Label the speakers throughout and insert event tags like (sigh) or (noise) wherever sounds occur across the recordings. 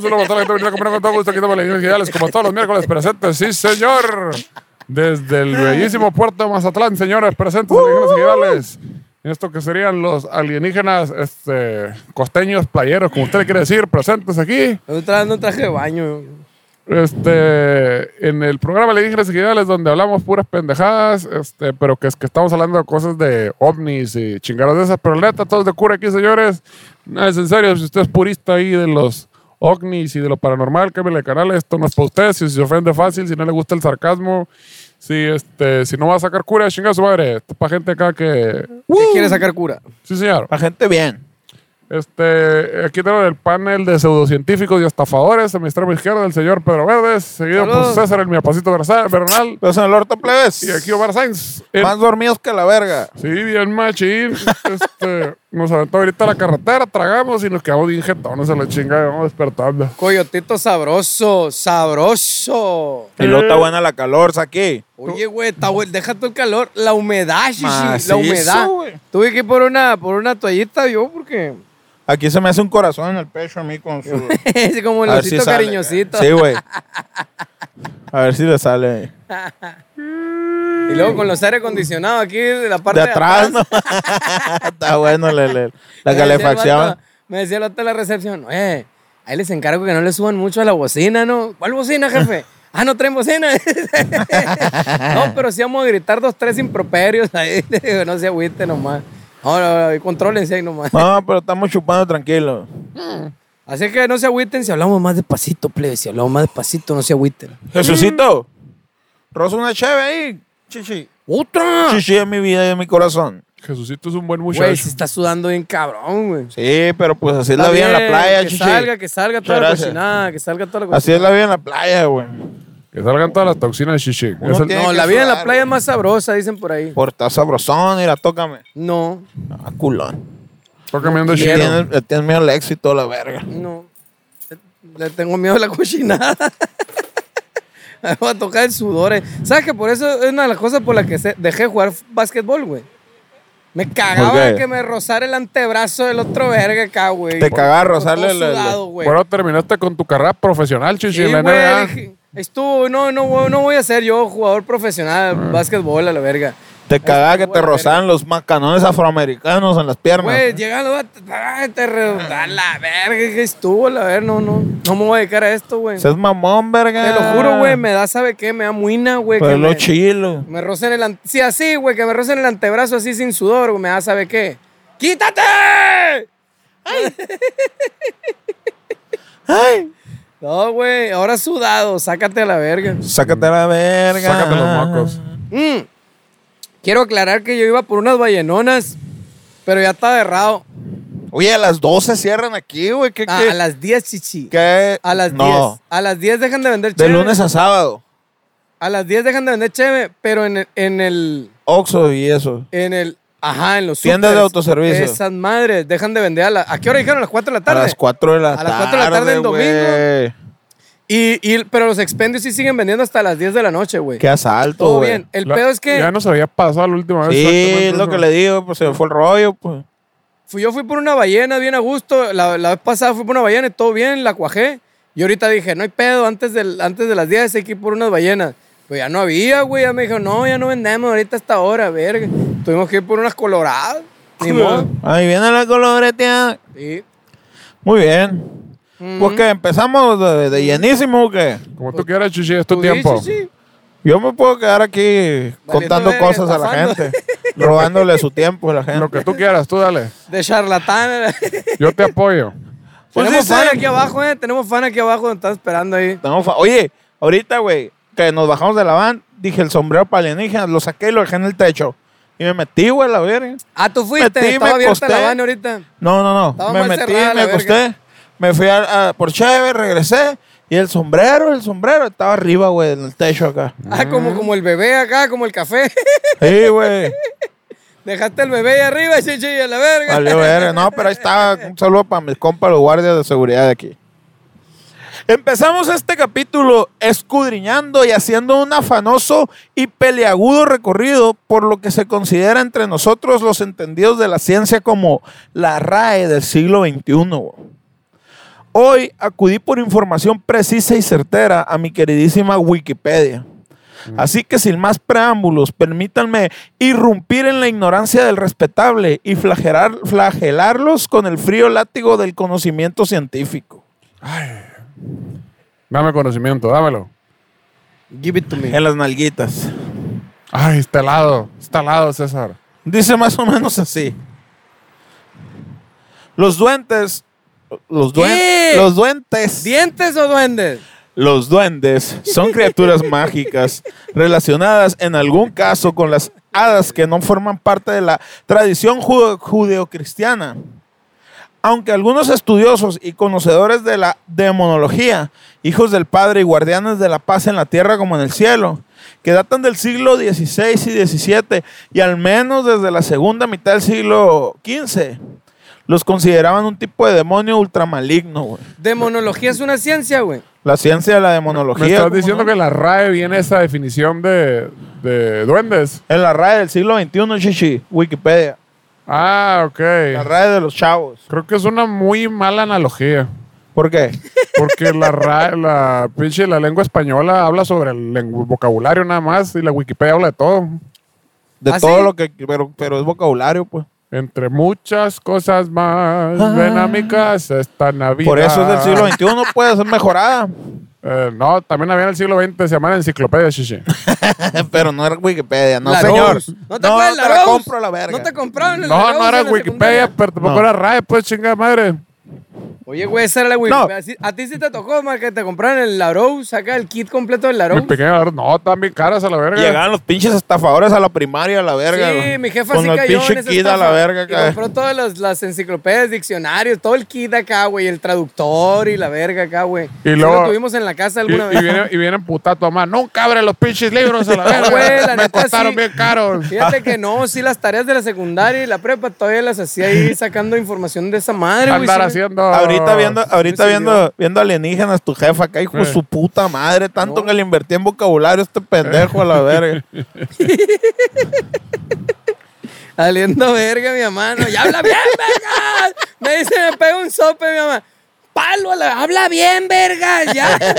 Speaker 1: Solo para toda la gente venir a comprar con todo gusto. Aquí estamos en las ideales, como todos los miércoles presentes. Sí, señor. Desde el bellísimo puerto de Mazatlán, señores, presentes alienígenas ideales. En esto que serían los alienígenas este, costeños, playeros, como usted le quiere decir, presentes aquí.
Speaker 2: Yo estaba dando un traje de baño.
Speaker 1: Este, en el programa Alienígenas Ideales, donde hablamos puras pendejadas, este, pero que es que estamos hablando de cosas de ovnis y chingadas de esas. Pero la neta, todos de cura aquí, señores. No es en serio, si usted es purista ahí de los ovnis y de lo paranormal, cámbiale de canal. Esto no es para usted. Si se ofende fácil, si no le gusta el sarcasmo, si, este, si no va a sacar cura, chinga su madre. Esto es para gente acá que.
Speaker 2: ¿Qué quiere sacar cura?
Speaker 1: Sí, señor.
Speaker 3: La Uh. gente bien.
Speaker 1: Este, aquí tenemos el panel de pseudocientíficos y estafadores. A mi extremo izquierdo, el señor Pedro Verdes, seguido
Speaker 2: Saludos.
Speaker 1: por César el miapacito Berza- Bernal
Speaker 3: Pero en el orto plebes.
Speaker 1: y aquí Omar Sainz. El-
Speaker 3: Más dormidos que la verga.
Speaker 1: sí, bien machín. Este, nos aventó ahorita a la carretera, tragamos y nos quedamos bien jetones a la chinga y vamos despertando.
Speaker 2: Coyotito sabroso, sabroso.
Speaker 3: Y luego está buena la calor, aquí.
Speaker 2: Oye, güey, está bueno. Deja todo el calor. La humedad, shishi, la
Speaker 3: Macizo,
Speaker 2: humedad.
Speaker 3: güey.
Speaker 2: Tuve que ir por una, por una toallita yo porque (laughs)
Speaker 3: Aquí se me hace un corazón en el pecho a mí con su.
Speaker 2: es como el
Speaker 3: A ver si
Speaker 2: osito
Speaker 3: sale.
Speaker 2: cariñosito.
Speaker 3: Sí, güey. A ver si le sale.
Speaker 2: Y luego con los aire acondicionados aquí de la parte
Speaker 3: De atrás, ¿no? (laughs) Está bueno le- le-
Speaker 2: (laughs)
Speaker 3: la
Speaker 2: Me decía el
Speaker 3: calefacción.
Speaker 2: vato- Me decía el vato de la recepción, eh, ahí les encargo que no le suban mucho a la bocina, ¿no? ¿Cuál bocina,
Speaker 3: (laughs)
Speaker 2: jefe? ah, no traen bocina. (laughs) no, pero sí vamos a gritar dos, tres improperios ahí. (laughs) Le digo, no se agüite nomás. No, no, no, contrólense ahí nomás.
Speaker 3: No, pero estamos chupando tranquilo.
Speaker 2: Así que no se agüiten si hablamos más despacito, plebe. Si hablamos más despacito, no se agüiten. Mm.
Speaker 3: Jesucito. Rosa una cheve ahí. Chichi.
Speaker 2: ¡Otra!
Speaker 3: Chichi es mi vida y es mi corazón.
Speaker 1: Jesucito es un buen
Speaker 2: Güey, se
Speaker 1: muchacho.
Speaker 2: está sudando bien cabrón, güey.
Speaker 3: Sí, pero pues así es la vida en la
Speaker 2: bien,
Speaker 3: playa,
Speaker 2: Que
Speaker 3: chichi.
Speaker 2: salga, que salga
Speaker 3: Muchas
Speaker 2: toda la
Speaker 3: gracias.
Speaker 2: cochinada, que salga toda la cochinada.
Speaker 3: Así es la vida en la playa, güey.
Speaker 1: Que salgan todas las toxinas de chichi. Es
Speaker 3: Uno
Speaker 1: el-
Speaker 3: tiene-
Speaker 2: No,
Speaker 3: que
Speaker 2: la vida en la
Speaker 3: sudar,
Speaker 2: playa es
Speaker 3: güey.
Speaker 2: más sabrosa, dicen por ahí.
Speaker 3: Por estar sabrosón, mira, tócame.
Speaker 2: No,
Speaker 3: Ah, culón.
Speaker 1: está cambiando chichi.
Speaker 3: Tienes, le tienes miedo al éxito, la verga.
Speaker 2: no. Le tengo miedo a la (laughs) cochinada. Me va a tocar el sudor. eh. ¿Sabes que por eso es una de las cosas por las que se- dejé de jugar f- básquetbol, güey? Me cagaba
Speaker 3: ¿Por qué?
Speaker 2: que me rozara el antebrazo del otro verga acá, güey.
Speaker 3: Te cagaba
Speaker 2: Todo
Speaker 3: rozarle el- el-
Speaker 2: sudado, güey.
Speaker 1: Bueno, terminaste con tu carrera profesional, chichi,
Speaker 2: Sí,
Speaker 1: en la
Speaker 2: güey,
Speaker 3: Ah.
Speaker 1: NBA.
Speaker 2: dije, Estuvo, no, no, voy- no voy a ser yo jugador profesional de básquetbol a la verga.
Speaker 3: Te cagaba que te
Speaker 2: bueno,
Speaker 3: rozaran los macanones afroamericanos en las piernas.
Speaker 2: Güey, llegando, va, te- ay, te re- a la verga, que estuvo, la verga, no, no, no me voy a dedicar a esto, güey.
Speaker 3: Seas mamón, verga.
Speaker 2: Te lo
Speaker 3: Ah.
Speaker 2: juro, güey, me da, ¿sabe qué? Me da muina, güey.
Speaker 3: Pero
Speaker 2: que
Speaker 3: es lo
Speaker 2: me-
Speaker 3: chilo.
Speaker 2: Me rocen el ante- Sí, así, güey, que me rocen el antebrazo así sin sudor, güey. Me da, ¿sabe qué? ¡Quítate!
Speaker 3: Ay.
Speaker 2: No, güey, ahora sudado, sácate a la verga.
Speaker 3: Sácate la verga.
Speaker 1: Sácate los mocos.
Speaker 2: Mm. Quiero aclarar que yo iba por unas ballenonas, pero ya está errado.
Speaker 3: Oye, a las 12 cierran aquí, güey. ¿Qué,
Speaker 2: Ah,
Speaker 3: qué?
Speaker 2: a las 10, chichi.
Speaker 3: ¿Qué?
Speaker 2: A las 10.
Speaker 3: No.
Speaker 2: A las 10 dejan de vender
Speaker 3: De
Speaker 2: cheve.
Speaker 3: lunes a sábado.
Speaker 2: A las 10 dejan de vender cheve, pero en el, en el,
Speaker 3: Oxxo y eso.
Speaker 2: en el, ajá, en los
Speaker 3: Tiendas de
Speaker 2: súperes.
Speaker 3: autoservicio.
Speaker 2: Esas madres dejan de vender a la, ¿a qué hora dijeron? ¿A las 4 de la
Speaker 3: A
Speaker 2: tarde?
Speaker 3: las 4 de la
Speaker 2: A
Speaker 3: tarde.
Speaker 2: las 4 de la tarde en
Speaker 3: güey.
Speaker 2: Y, y- pero los expendios sí siguen vendiendo hasta las 10 de la noche, güey.
Speaker 3: Qué asalto,
Speaker 2: Todo
Speaker 3: güey.
Speaker 2: bien. El
Speaker 1: La-
Speaker 2: pedo es que
Speaker 1: Ya nos había pasado la última vez.
Speaker 3: Sí,
Speaker 1: exactamente
Speaker 3: es lo
Speaker 1: eso.
Speaker 3: que le digo, pues se me fue el rollo, pues.
Speaker 2: fui, yo fui por una ballena bien a gusto. La, la vez pasada fui por una ballena y todo bien, la cuajé. Y ahorita dije, no hay pedo, antes, del, antes de las 10 hay que ir por unas ballenas. Pues ya no había, güey. Ya me dijo, no, ya no vendemos ahorita hasta ahora, verga. Tuvimos que ir por unas coloradas. Ni modo.
Speaker 3: Ahí viene la coloreteada.
Speaker 2: Sí.
Speaker 3: Muy bien. Pues que empezamos de, de llenísimo, que
Speaker 1: Como tú quieras, chichi, es tu
Speaker 2: Tú
Speaker 1: tiempo.
Speaker 2: dices, sí.
Speaker 3: yo me puedo quedar aquí contando
Speaker 2: verga,
Speaker 3: cosas a la
Speaker 2: estafando.
Speaker 3: gente,
Speaker 2: (laughs)
Speaker 3: robándole su tiempo a la gente.
Speaker 1: Lo que tú quieras, tú dale.
Speaker 2: De charlatán.
Speaker 1: Yo te apoyo.
Speaker 2: (laughs)
Speaker 3: Pues
Speaker 2: Tenemos
Speaker 3: sí,
Speaker 2: fan
Speaker 3: sí.
Speaker 2: aquí abajo, eh. Tenemos fan aquí abajo donde están esperando ahí.
Speaker 3: Estamos fa- Oye, ahorita, güey, que nos bajamos de la van, dije el sombrero para alienígenas, lo saqué y lo dejé en el techo. Y me metí, güey, a la verga.
Speaker 2: Ah, tú fuiste.
Speaker 3: Metí, me
Speaker 2: Estaba abierta la
Speaker 3: acosté.
Speaker 2: van ahorita.
Speaker 3: No, no, no.
Speaker 2: Estaba
Speaker 3: me
Speaker 2: mal
Speaker 3: metí,
Speaker 2: cerrada
Speaker 3: me
Speaker 2: la verga.
Speaker 3: acosté. me fui a, a- por Cheve, regresé. Y el sombrero, el sombrero estaba arriba, güey, en el techo acá.
Speaker 2: Ah, como, como el bebé acá, como el café. (laughs)
Speaker 3: Sí, güey.
Speaker 2: Dejaste el bebé ahí arriba, chichi, a la verga.
Speaker 3: Valió verga. No, pero ahí (laughs) estaba. Un saludo para mis compas, los guardias de seguridad de aquí. Empezamos este capítulo escudriñando y haciendo un afanoso y peleagudo recorrido por lo que se considera entre nosotros los entendidos de la ciencia como la RAE del siglo XXI. güey. Hoy acudí por información precisa y certera a mi queridísima Wikipedia. Así que sin más preámbulos, permítanme irrumpir en la ignorancia del respetable y flagelar- flagelarlos con el frío látigo del conocimiento científico.
Speaker 1: Dame conocimiento, dámelo.
Speaker 2: (laughs) Give it to me.
Speaker 3: En las nalguitas.
Speaker 1: Ay, está helado, está helado, César.
Speaker 3: Dice más o menos así. Los duendes. Los, duen-
Speaker 2: ¿Qué?
Speaker 3: los duendes.
Speaker 2: ¿Dientes o duendes?
Speaker 3: Los duendes son criaturas mágicas relacionadas en algún caso con las hadas que no forman parte de la tradición ju- judeocristiana. Aunque algunos estudiosos y conocedores de la demonología, hijos del Padre y guardianes de la paz en la tierra como en el cielo, que datan del siglo XVI y XVII y al menos desde la segunda mitad del siglo XV, los consideraban un tipo de demonio ultramaligno. güey.
Speaker 2: Demonología es una ciencia, güey.
Speaker 3: La ciencia de la demonología.
Speaker 1: Me estás
Speaker 3: ¿cómo
Speaker 1: diciendo
Speaker 3: no?
Speaker 1: que en la RAE viene esa definición de, de duendes.
Speaker 3: En la RAE del siglo XXI, chichi, Wikipedia.
Speaker 1: Ah, ok.
Speaker 3: La RAE de los chavos.
Speaker 1: Creo que es una muy mala analogía.
Speaker 3: ¿Por qué?
Speaker 1: Porque la RAE, la pinche, la lengua española habla sobre el lengu- vocabulario nada más y la Wikipedia habla de todo.
Speaker 3: De
Speaker 2: ¿Ah,
Speaker 3: todo
Speaker 2: sí?
Speaker 3: lo que. Pero, pero es vocabulario, pues.
Speaker 1: Entre muchas cosas más, ven a mi casa esta Navidad.
Speaker 3: Ah. Por eso es del siglo XXI, puede
Speaker 2: (laughs)
Speaker 3: ser mejorada.
Speaker 1: Eh, no, también había en el siglo XX, se llamaba enciclopedia,
Speaker 2: (laughs)
Speaker 1: chichi.
Speaker 3: pero no era Wikipedia, no,
Speaker 2: La
Speaker 3: señor.
Speaker 2: Rose. No te acuerdas,
Speaker 3: te
Speaker 2: la
Speaker 3: la
Speaker 2: Rose?
Speaker 3: compro la verga.
Speaker 2: No te compraron el
Speaker 1: No, no era Wikipedia, pero tampoco
Speaker 3: No.
Speaker 1: era RAE, pues chingada madre.
Speaker 2: Oye, güey, esa era la Wikipedia. Sí, A ti sí te tocó, más que te compraron el Larou, saca el kit completo del
Speaker 1: Mi
Speaker 2: Larou.
Speaker 1: pequeño, ladrón, no, están bien caras a la verga.
Speaker 3: Llegaban los pinches estafadores a la primaria, a la verga.
Speaker 2: Sí,
Speaker 3: güey.
Speaker 2: mi jefa
Speaker 3: Con
Speaker 2: sí
Speaker 3: el
Speaker 2: cayó en
Speaker 3: pinche
Speaker 2: esa
Speaker 3: kid a la
Speaker 2: estafa.
Speaker 3: verga.
Speaker 2: Y
Speaker 3: cabrón.
Speaker 2: compró todas las, las enciclopedias, diccionarios, todo el kit acá, güey, el traductor y la verga acá, güey.
Speaker 1: Y
Speaker 2: Sí
Speaker 1: luego-
Speaker 2: lo tuvimos en la
Speaker 1: Y,
Speaker 2: casa alguna
Speaker 1: y
Speaker 2: vez.
Speaker 1: viene, y viene putado tu mamá. Nunca abre los pinches libros
Speaker 2: (laughs)
Speaker 1: a la verga.
Speaker 2: Güey, la
Speaker 1: Me
Speaker 2: neta,
Speaker 1: costaron
Speaker 2: sí.
Speaker 1: bien caros.
Speaker 2: (laughs) Fíjate que no, sí, las tareas de la secundaria y la prepa todavía las
Speaker 1: (laughs)
Speaker 2: hacía ahí sacando información de esa madre, güey.
Speaker 1: Andar
Speaker 2: sí me-
Speaker 1: haciendo.
Speaker 3: Ahorita viendo, ahorita
Speaker 2: sí,
Speaker 3: viendo, viendo alienígenas, tu jefa acá, hijo de
Speaker 1: Eh.
Speaker 3: su puta madre, tanto que le invertí en vocabulario a este pendejo a la verga.
Speaker 2: Aliendo verga, mi mamá. No, ya
Speaker 1: (laughs)
Speaker 2: habla bien, verga. Me dice, me pega un sope, mi mamá. Palo, a la- habla bien, verga, ya. (laughs)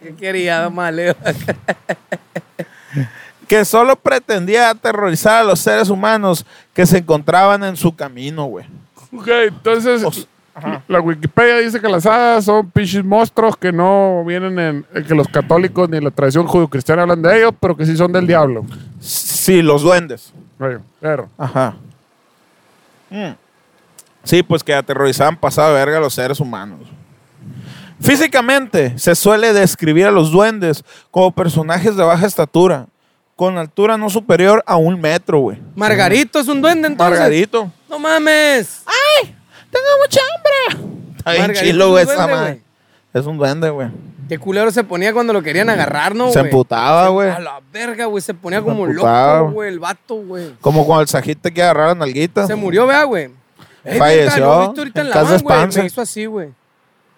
Speaker 2: ¿Qué quería, maleo?
Speaker 3: que solo pretendía aterrorizar a los seres humanos que se encontraban en su camino, güey.
Speaker 1: Ok, entonces. La Wikipedia dice que las hadas son pinches monstruos que no vienen en. eh, que los católicos ni la tradición judio-cristiana hablan de ellos, pero que sí son del diablo.
Speaker 3: Sí, los duendes.
Speaker 1: Güey, Pero.
Speaker 3: Ajá. Mm. Sí, pues que aterrorizaban pasada verga a los seres humanos. Físicamente, se suele describir a los duendes como personajes de baja estatura, con altura no superior a un metro, güey.
Speaker 2: Margarito es un duende, entonces.
Speaker 3: Margarito.
Speaker 2: No mames.
Speaker 3: Tengo mucha hambre. Está bien
Speaker 2: Margarito
Speaker 3: chilo,
Speaker 2: es un
Speaker 3: güey,
Speaker 2: duende,
Speaker 3: esa madre.
Speaker 2: güey.
Speaker 3: Es un duende, güey.
Speaker 2: Qué culero se ponía cuando lo querían agarrar, ¿no, güey?
Speaker 3: Se emputaba, güey.
Speaker 2: A la verga, güey. Se ponía como
Speaker 3: emputaba,
Speaker 2: loco,
Speaker 3: güey.
Speaker 2: güey, el vato, güey.
Speaker 3: Como con el sajite que agarraron nalguita.
Speaker 2: Se murió, vea, güey. Ey,
Speaker 3: Falleció.
Speaker 2: verga, Lo he visto ahorita en
Speaker 3: En
Speaker 2: la
Speaker 3: paz
Speaker 2: van, güey.
Speaker 3: descanse.
Speaker 2: Me hizo así, güey.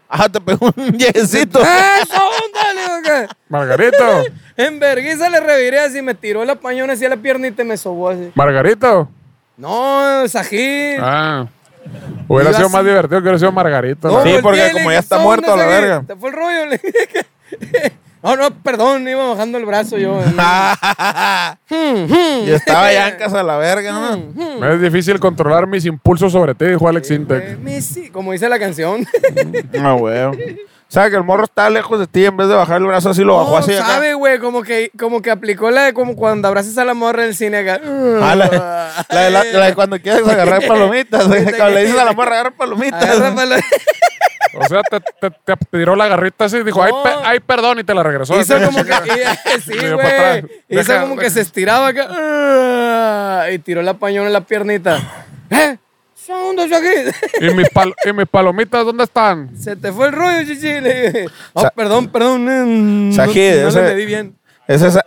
Speaker 3: Ah, te pegó un (laughs) yesito.
Speaker 2: ¡Eso, onda, le digo que-
Speaker 1: Margarito.
Speaker 2: (laughs) En vergüenza le reviré así, me tiró la pañona así a la pierna y te me sobó así.
Speaker 1: Margarito.
Speaker 2: No, Sají.
Speaker 1: Ah. (laughs) Hubiera
Speaker 2: Iba
Speaker 1: sido
Speaker 2: así.
Speaker 1: más divertido que hubiera sido Margarito.
Speaker 2: No,
Speaker 1: la
Speaker 3: Sí,
Speaker 1: verdad.
Speaker 2: volteé,
Speaker 3: porque
Speaker 2: le
Speaker 3: como
Speaker 2: dije,
Speaker 3: ya está
Speaker 2: "Sobres,
Speaker 3: muerto, la
Speaker 2: Sají".
Speaker 3: verga.
Speaker 2: Te fue el rollo, le dije (laughs) que- No, no, perdón, iba bajando el brazo
Speaker 3: (laughs)
Speaker 2: yo.
Speaker 3: Ah, y estaba ya en casa de la verga, ¿no?
Speaker 1: Me es difícil controlar mis impulsos sobre ti, dijo Alex
Speaker 2: Eh,
Speaker 1: Intec.
Speaker 2: Messi, como dice la canción. (laughs)
Speaker 3: No, weón. O sea, Ah, que el morro está lejos de ti en vez de bajar el brazo así, lo bajó
Speaker 2: No,
Speaker 3: así acá.
Speaker 2: Oh, sabe, güey, como que, como que aplicó la de como cuando abrazas a la morra en el cine
Speaker 3: (laughs)
Speaker 2: acá.
Speaker 3: Ah, la, la de la- la de cuando quieres (laughs) agarrar palomitas. güey, cuando le dices a la morra, agarra palomitas.
Speaker 2: Agarra pa' la-
Speaker 1: (laughs) O sea, te, te- te tiró la garrita así y dijo, ay,
Speaker 2: No.
Speaker 1: pe- ay, perdón, y te la regresó.
Speaker 2: Hizo
Speaker 1: Así,
Speaker 2: como que, eh,
Speaker 1: chingada.
Speaker 2: (laughs) sí,
Speaker 1: Medio para
Speaker 2: güey.
Speaker 1: atrás.
Speaker 2: Hizo
Speaker 1: Deja-
Speaker 2: como que
Speaker 1: deja-
Speaker 3: (laughs)
Speaker 2: se estiraba acá. Y tiró la pañona en la piernita. ¿Eh? Son dos aquí.
Speaker 1: (laughs) ¿Y mis, pal- y mis palomitas dónde están?
Speaker 2: (laughs) Se te fue el rollo, chichi. Le dije, Oh,
Speaker 3: Sa-
Speaker 2: perdón, perdón. mm, No,
Speaker 3: Sajid,
Speaker 2: no
Speaker 3: ese-
Speaker 2: le medí bien.
Speaker 3: Es esa,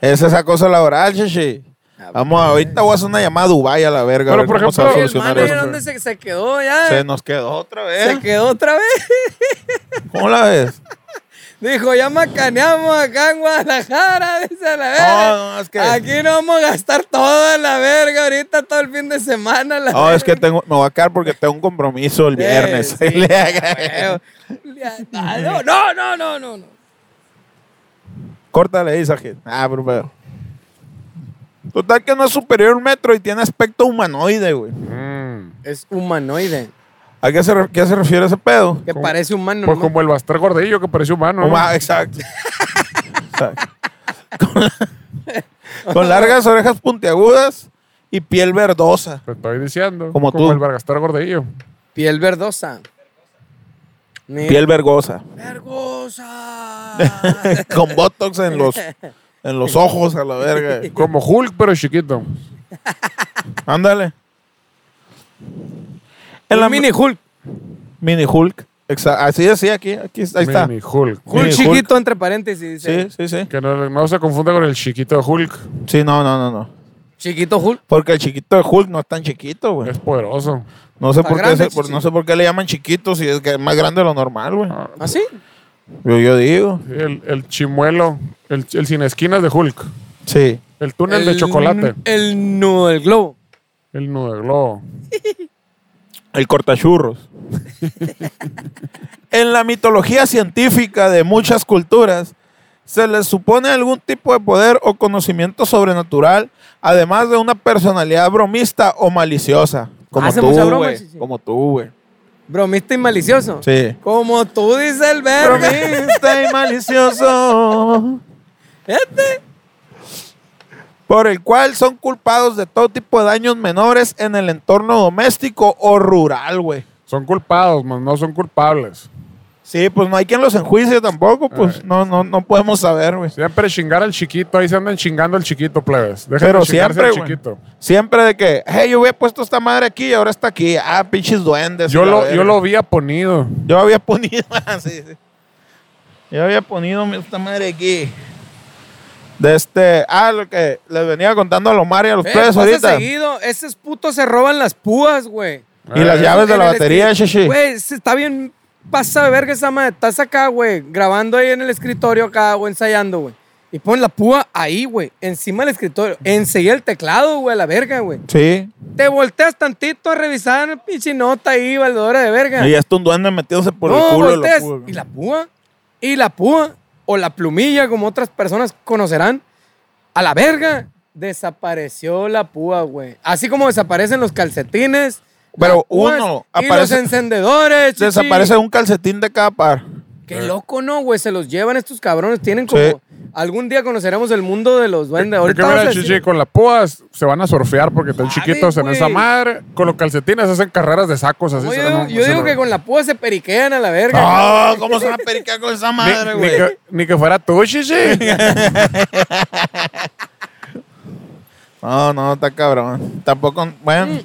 Speaker 3: es esa cosa laboral, chichi.
Speaker 2: Ah,
Speaker 3: Vamos, ahorita voy a hacer una llamada a Dubái a la verga. a
Speaker 1: Pero,
Speaker 3: ver
Speaker 1: por
Speaker 3: cómo se va a
Speaker 1: ejemplo,
Speaker 2: Oye, el
Speaker 3: solucionar
Speaker 2: manager,
Speaker 3: eso.
Speaker 2: ¿dónde se, se quedó ya?
Speaker 3: Se nos quedó otra vez.
Speaker 2: Se quedó otra vez.
Speaker 3: ¿Cómo la ves?
Speaker 2: Dijo, ya macaneamos acá en Guadalajara, (laughs) dice a la verga.
Speaker 3: No, no, es que-
Speaker 2: Aquí no vamos a gastar toda la verga ahorita, todo el fin de semana. La
Speaker 3: No, Oh, es
Speaker 2: (laughs)
Speaker 3: que tengo, me voy a quedar porque tengo un compromiso el viernes. (laughs)
Speaker 2: sí, verga. Ah, no, no, no, no, no, no.
Speaker 3: Córtale ahí, Sajid. Ah, pero, pero. Total que no es superior a un metro y tiene aspecto humanoide, güey.
Speaker 1: Mm,
Speaker 2: Es humanoide,
Speaker 3: ¿A qué se, re- qué se refiere ese pedo?
Speaker 2: que
Speaker 1: Como-
Speaker 2: parece humano.
Speaker 1: pues
Speaker 2: nomás.
Speaker 1: como el Bastar Gordillo que pareció humano. ¿no?
Speaker 3: Huma- exacto. (laughs) Exacto. Con, la- con largas orejas puntiagudas y piel verdosa.
Speaker 1: Te estoy diciendo.
Speaker 3: Como tú.
Speaker 1: Como el Bastar Gordillo.
Speaker 2: Piel verdosa. Ni-
Speaker 3: Piel vergosa. (laughs)
Speaker 2: vergosa.
Speaker 3: con botox en los, en los ojos a la verga.
Speaker 1: Como Hulk, pero chiquito.
Speaker 3: Ándale. En
Speaker 2: El
Speaker 3: la
Speaker 2: mini Hulk.
Speaker 3: Mini Hulk. Exa- Así decía aquí, aquí ahí está.
Speaker 1: Mini Hulk.
Speaker 2: Hulk
Speaker 3: Mini
Speaker 2: chiquito, entre paréntesis.
Speaker 3: Sí,
Speaker 2: Dice.
Speaker 3: sí, sí.
Speaker 1: Que no, no se confunda con el chiquito Hulk.
Speaker 3: Sí, no, no, no, no.
Speaker 2: Chiquito Hulk.
Speaker 3: Porque el chiquito de Hulk no es tan chiquito, güey.
Speaker 1: Es poderoso.
Speaker 3: No sé
Speaker 2: Está
Speaker 3: por qué
Speaker 2: grande,
Speaker 3: se- por-
Speaker 2: chichi.
Speaker 3: no sé por qué le llaman chiquito si es que es más grande de lo normal, güey.
Speaker 1: Ah,
Speaker 2: ¿Ah, sí?
Speaker 3: Yo, yo digo.
Speaker 1: El, el chimuelo. El, el sin esquinas de Hulk.
Speaker 3: Sí.
Speaker 1: El túnel de chocolate.
Speaker 2: El nudo del globo.
Speaker 1: El nudo de globo. (laughs)
Speaker 3: El cortachurros. en la mitología científica de muchas culturas, se les supone algún tipo de poder o conocimiento sobrenatural, además de una personalidad bromista o maliciosa. Como
Speaker 2: Hace
Speaker 3: tú,
Speaker 2: mucha broma,
Speaker 3: güey.
Speaker 2: chichi.
Speaker 3: Como tú, güey.
Speaker 2: Bromista y malicioso.
Speaker 3: Sí.
Speaker 2: Como tú dices el Eh, verga.
Speaker 3: Bromista y malicioso.
Speaker 2: Este.
Speaker 3: Por el cual son culpados de todo tipo de daños menores en el entorno doméstico o rural, güey.
Speaker 1: Son culpados, mas no son culpables.
Speaker 3: Sí, pues no hay quien los enjuicie tampoco, pues no, no, no podemos saber, güey.
Speaker 1: Siempre chingar al chiquito. Ahí se andan chingando al chiquito, plebes. Dejen
Speaker 3: Pero
Speaker 1: de chingarse
Speaker 3: siempre,
Speaker 1: al
Speaker 3: güey.
Speaker 1: chiquito.
Speaker 3: Siempre de que, hey, yo había puesto esta madre aquí y ahora está aquí. Ah, pinches duendes.
Speaker 1: Yo
Speaker 3: la
Speaker 1: lo,
Speaker 3: verga.
Speaker 1: yo lo había ponido.
Speaker 3: Yo había ponido, (laughs) ah, sí, sí. Yo había ponido esta madre aquí. De este, ah, lo que les venía contando a los Mario y a los
Speaker 2: Eh,
Speaker 3: tres
Speaker 2: pasa
Speaker 3: ahorita.
Speaker 2: seguido. Esos putos se roban las púas, güey.
Speaker 3: Y las
Speaker 1: Eh,
Speaker 3: llaves de
Speaker 2: En
Speaker 3: la
Speaker 2: el
Speaker 3: batería,
Speaker 2: escri-
Speaker 3: shishi.
Speaker 2: Güey, se- está bien. Pasa de verga esa madre. Estás acá, güey, grabando ahí en el escritorio acá, güey, ensayando, güey. Y pon la púa ahí, güey, encima del escritorio. Enseguida el teclado, güey, a la verga, güey.
Speaker 3: Sí.
Speaker 2: Te volteas tantito a revisar el pinche nota ahí, valedora de verga.
Speaker 3: Y ya está un duende metiéndose por
Speaker 2: no,
Speaker 3: el culo. de la
Speaker 2: volteas.
Speaker 3: fuga.
Speaker 2: y la púa, y la púa, o la plumilla, como otras personas conocerán, a la verga. Desapareció la púa, güey. Así como desaparecen los calcetines.
Speaker 3: Pero
Speaker 2: las púas
Speaker 3: uno,
Speaker 2: y
Speaker 3: aparece-
Speaker 2: los encendedores. chichi.
Speaker 3: Desaparece un calcetín de cada par.
Speaker 2: Qué loco, ¿no, güey? Se los llevan estos cabrones. Tienen como...
Speaker 3: Sí.
Speaker 2: Algún día conoceremos el mundo de los duendes.
Speaker 1: Porque
Speaker 2: Ahorita
Speaker 1: mira,
Speaker 2: vamos a
Speaker 1: chichi,
Speaker 2: decir-
Speaker 1: con las púas se van a surfear porque están
Speaker 2: Sabe,
Speaker 1: chiquitos en
Speaker 2: güey.
Speaker 1: esa madre. Con los calcetines hacen carreras de sacos así.
Speaker 2: No,
Speaker 1: se
Speaker 2: yo
Speaker 1: van
Speaker 2: digo,
Speaker 1: a-
Speaker 2: yo
Speaker 1: se
Speaker 2: digo
Speaker 1: van a-
Speaker 2: que con la púa se periquean a la verga.
Speaker 3: No, ¿cómo se va a pericar con esa
Speaker 1: Ni-
Speaker 3: madre,
Speaker 1: ni,
Speaker 3: güey?
Speaker 1: que, ni que fuera tú, chichi.
Speaker 3: No, no, está cabrón. Tampoco, bueno.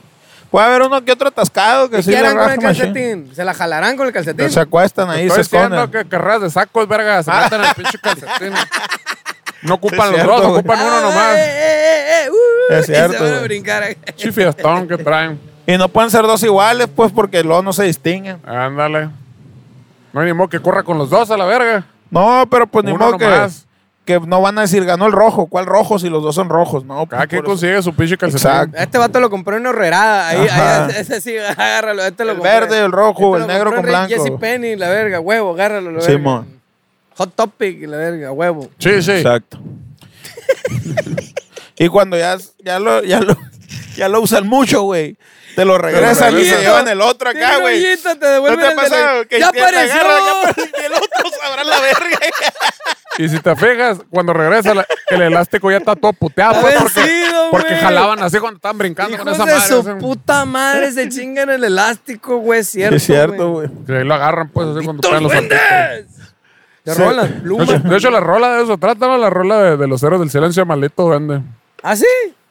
Speaker 3: Puede haber uno que otro atascado que
Speaker 2: ¿Qué
Speaker 3: sí le
Speaker 2: Mm. quieran con
Speaker 3: raja
Speaker 2: el
Speaker 3: machín.
Speaker 2: calcetín? ¿Se la jalarán con el calcetín?
Speaker 3: Se acuestan ahí,
Speaker 1: Estoy
Speaker 3: se
Speaker 1: diciendo
Speaker 3: esconden.
Speaker 1: que carreras de sacos, verga, se meten el
Speaker 3: (laughs)
Speaker 1: pinche calcetín. No ocupan
Speaker 3: Sí,
Speaker 1: los
Speaker 3: es cierto,
Speaker 1: dos,
Speaker 3: güey.
Speaker 1: ocupan uno
Speaker 2: Ah,
Speaker 1: nomás.
Speaker 2: eh, eh, eh, uh,
Speaker 3: Es
Speaker 2: y se
Speaker 3: cierto,
Speaker 2: van a
Speaker 3: güey.
Speaker 2: brincar.
Speaker 1: Pinche fiestón que traen.
Speaker 3: Y no pueden ser dos iguales, pues, porque luego no se distinguen.
Speaker 1: Ándale. No hay ni modo que corra con los dos a la verga.
Speaker 3: No, pero pues ni
Speaker 1: Uno
Speaker 3: modo que,
Speaker 1: nomás.
Speaker 3: que no van a decir, ganó el rojo. ¿Cuál rojo si los dos son rojos? No,
Speaker 1: Cada
Speaker 3: pues,
Speaker 1: quien
Speaker 3: por eso.
Speaker 1: consigue su pinche calcetín.
Speaker 3: Exacto.
Speaker 2: Este vato lo compró en una horrerada. Ahí,
Speaker 3: Ajá.
Speaker 2: ahí, ese sí, agárralo. Este lo
Speaker 3: El
Speaker 2: compré. Este
Speaker 3: verde, el rojo,
Speaker 2: lo
Speaker 3: el negro
Speaker 2: compré
Speaker 3: con
Speaker 2: en Red
Speaker 3: blanco.
Speaker 2: Jesse Penny, la verga, huevo, agárralo. La verga.
Speaker 3: Simón.
Speaker 2: Hot Topic, la verga, huevo.
Speaker 1: Sí, sí.
Speaker 3: Exacto. (laughs) y cuando ya, ya, lo, ya, lo, ya lo usan mucho, güey, te lo regresan y se
Speaker 2: regresan.
Speaker 3: llevan el otro acá,
Speaker 2: Tiene
Speaker 3: güey.
Speaker 2: hoyito, te
Speaker 3: ¿No
Speaker 2: devuelven
Speaker 3: te ha
Speaker 2: el de la-
Speaker 3: pasado? Que
Speaker 2: ¡Ya
Speaker 3: te agarran,
Speaker 2: apareció!
Speaker 3: ya apareció, y el otro (laughs) sabrá la verga.
Speaker 1: Y si te fijas, cuando regresa la- el elástico ya está todo puteado.
Speaker 2: Está
Speaker 1: pues, porque,
Speaker 2: vencido,
Speaker 1: porque
Speaker 2: güey.
Speaker 1: jalaban así cuando estaban brincando con
Speaker 2: Hijos
Speaker 1: esa
Speaker 2: de
Speaker 1: madre.
Speaker 2: su
Speaker 1: así.
Speaker 2: puta madre,
Speaker 1: (laughs)
Speaker 2: se chingan el elástico, güey, es cierto.
Speaker 3: es cierto, güey.
Speaker 1: Que ahí lo agarran, pues, así cuando
Speaker 2: ¡Tus
Speaker 1: pegan los saltitos.
Speaker 2: duendes! Te roban las
Speaker 1: De hecho,
Speaker 2: plumas.
Speaker 3: (laughs)
Speaker 1: de hecho, la rola de eso, trátame la rola de, de los héroes del silencio, maldito duende.
Speaker 2: ¿Ah, sí?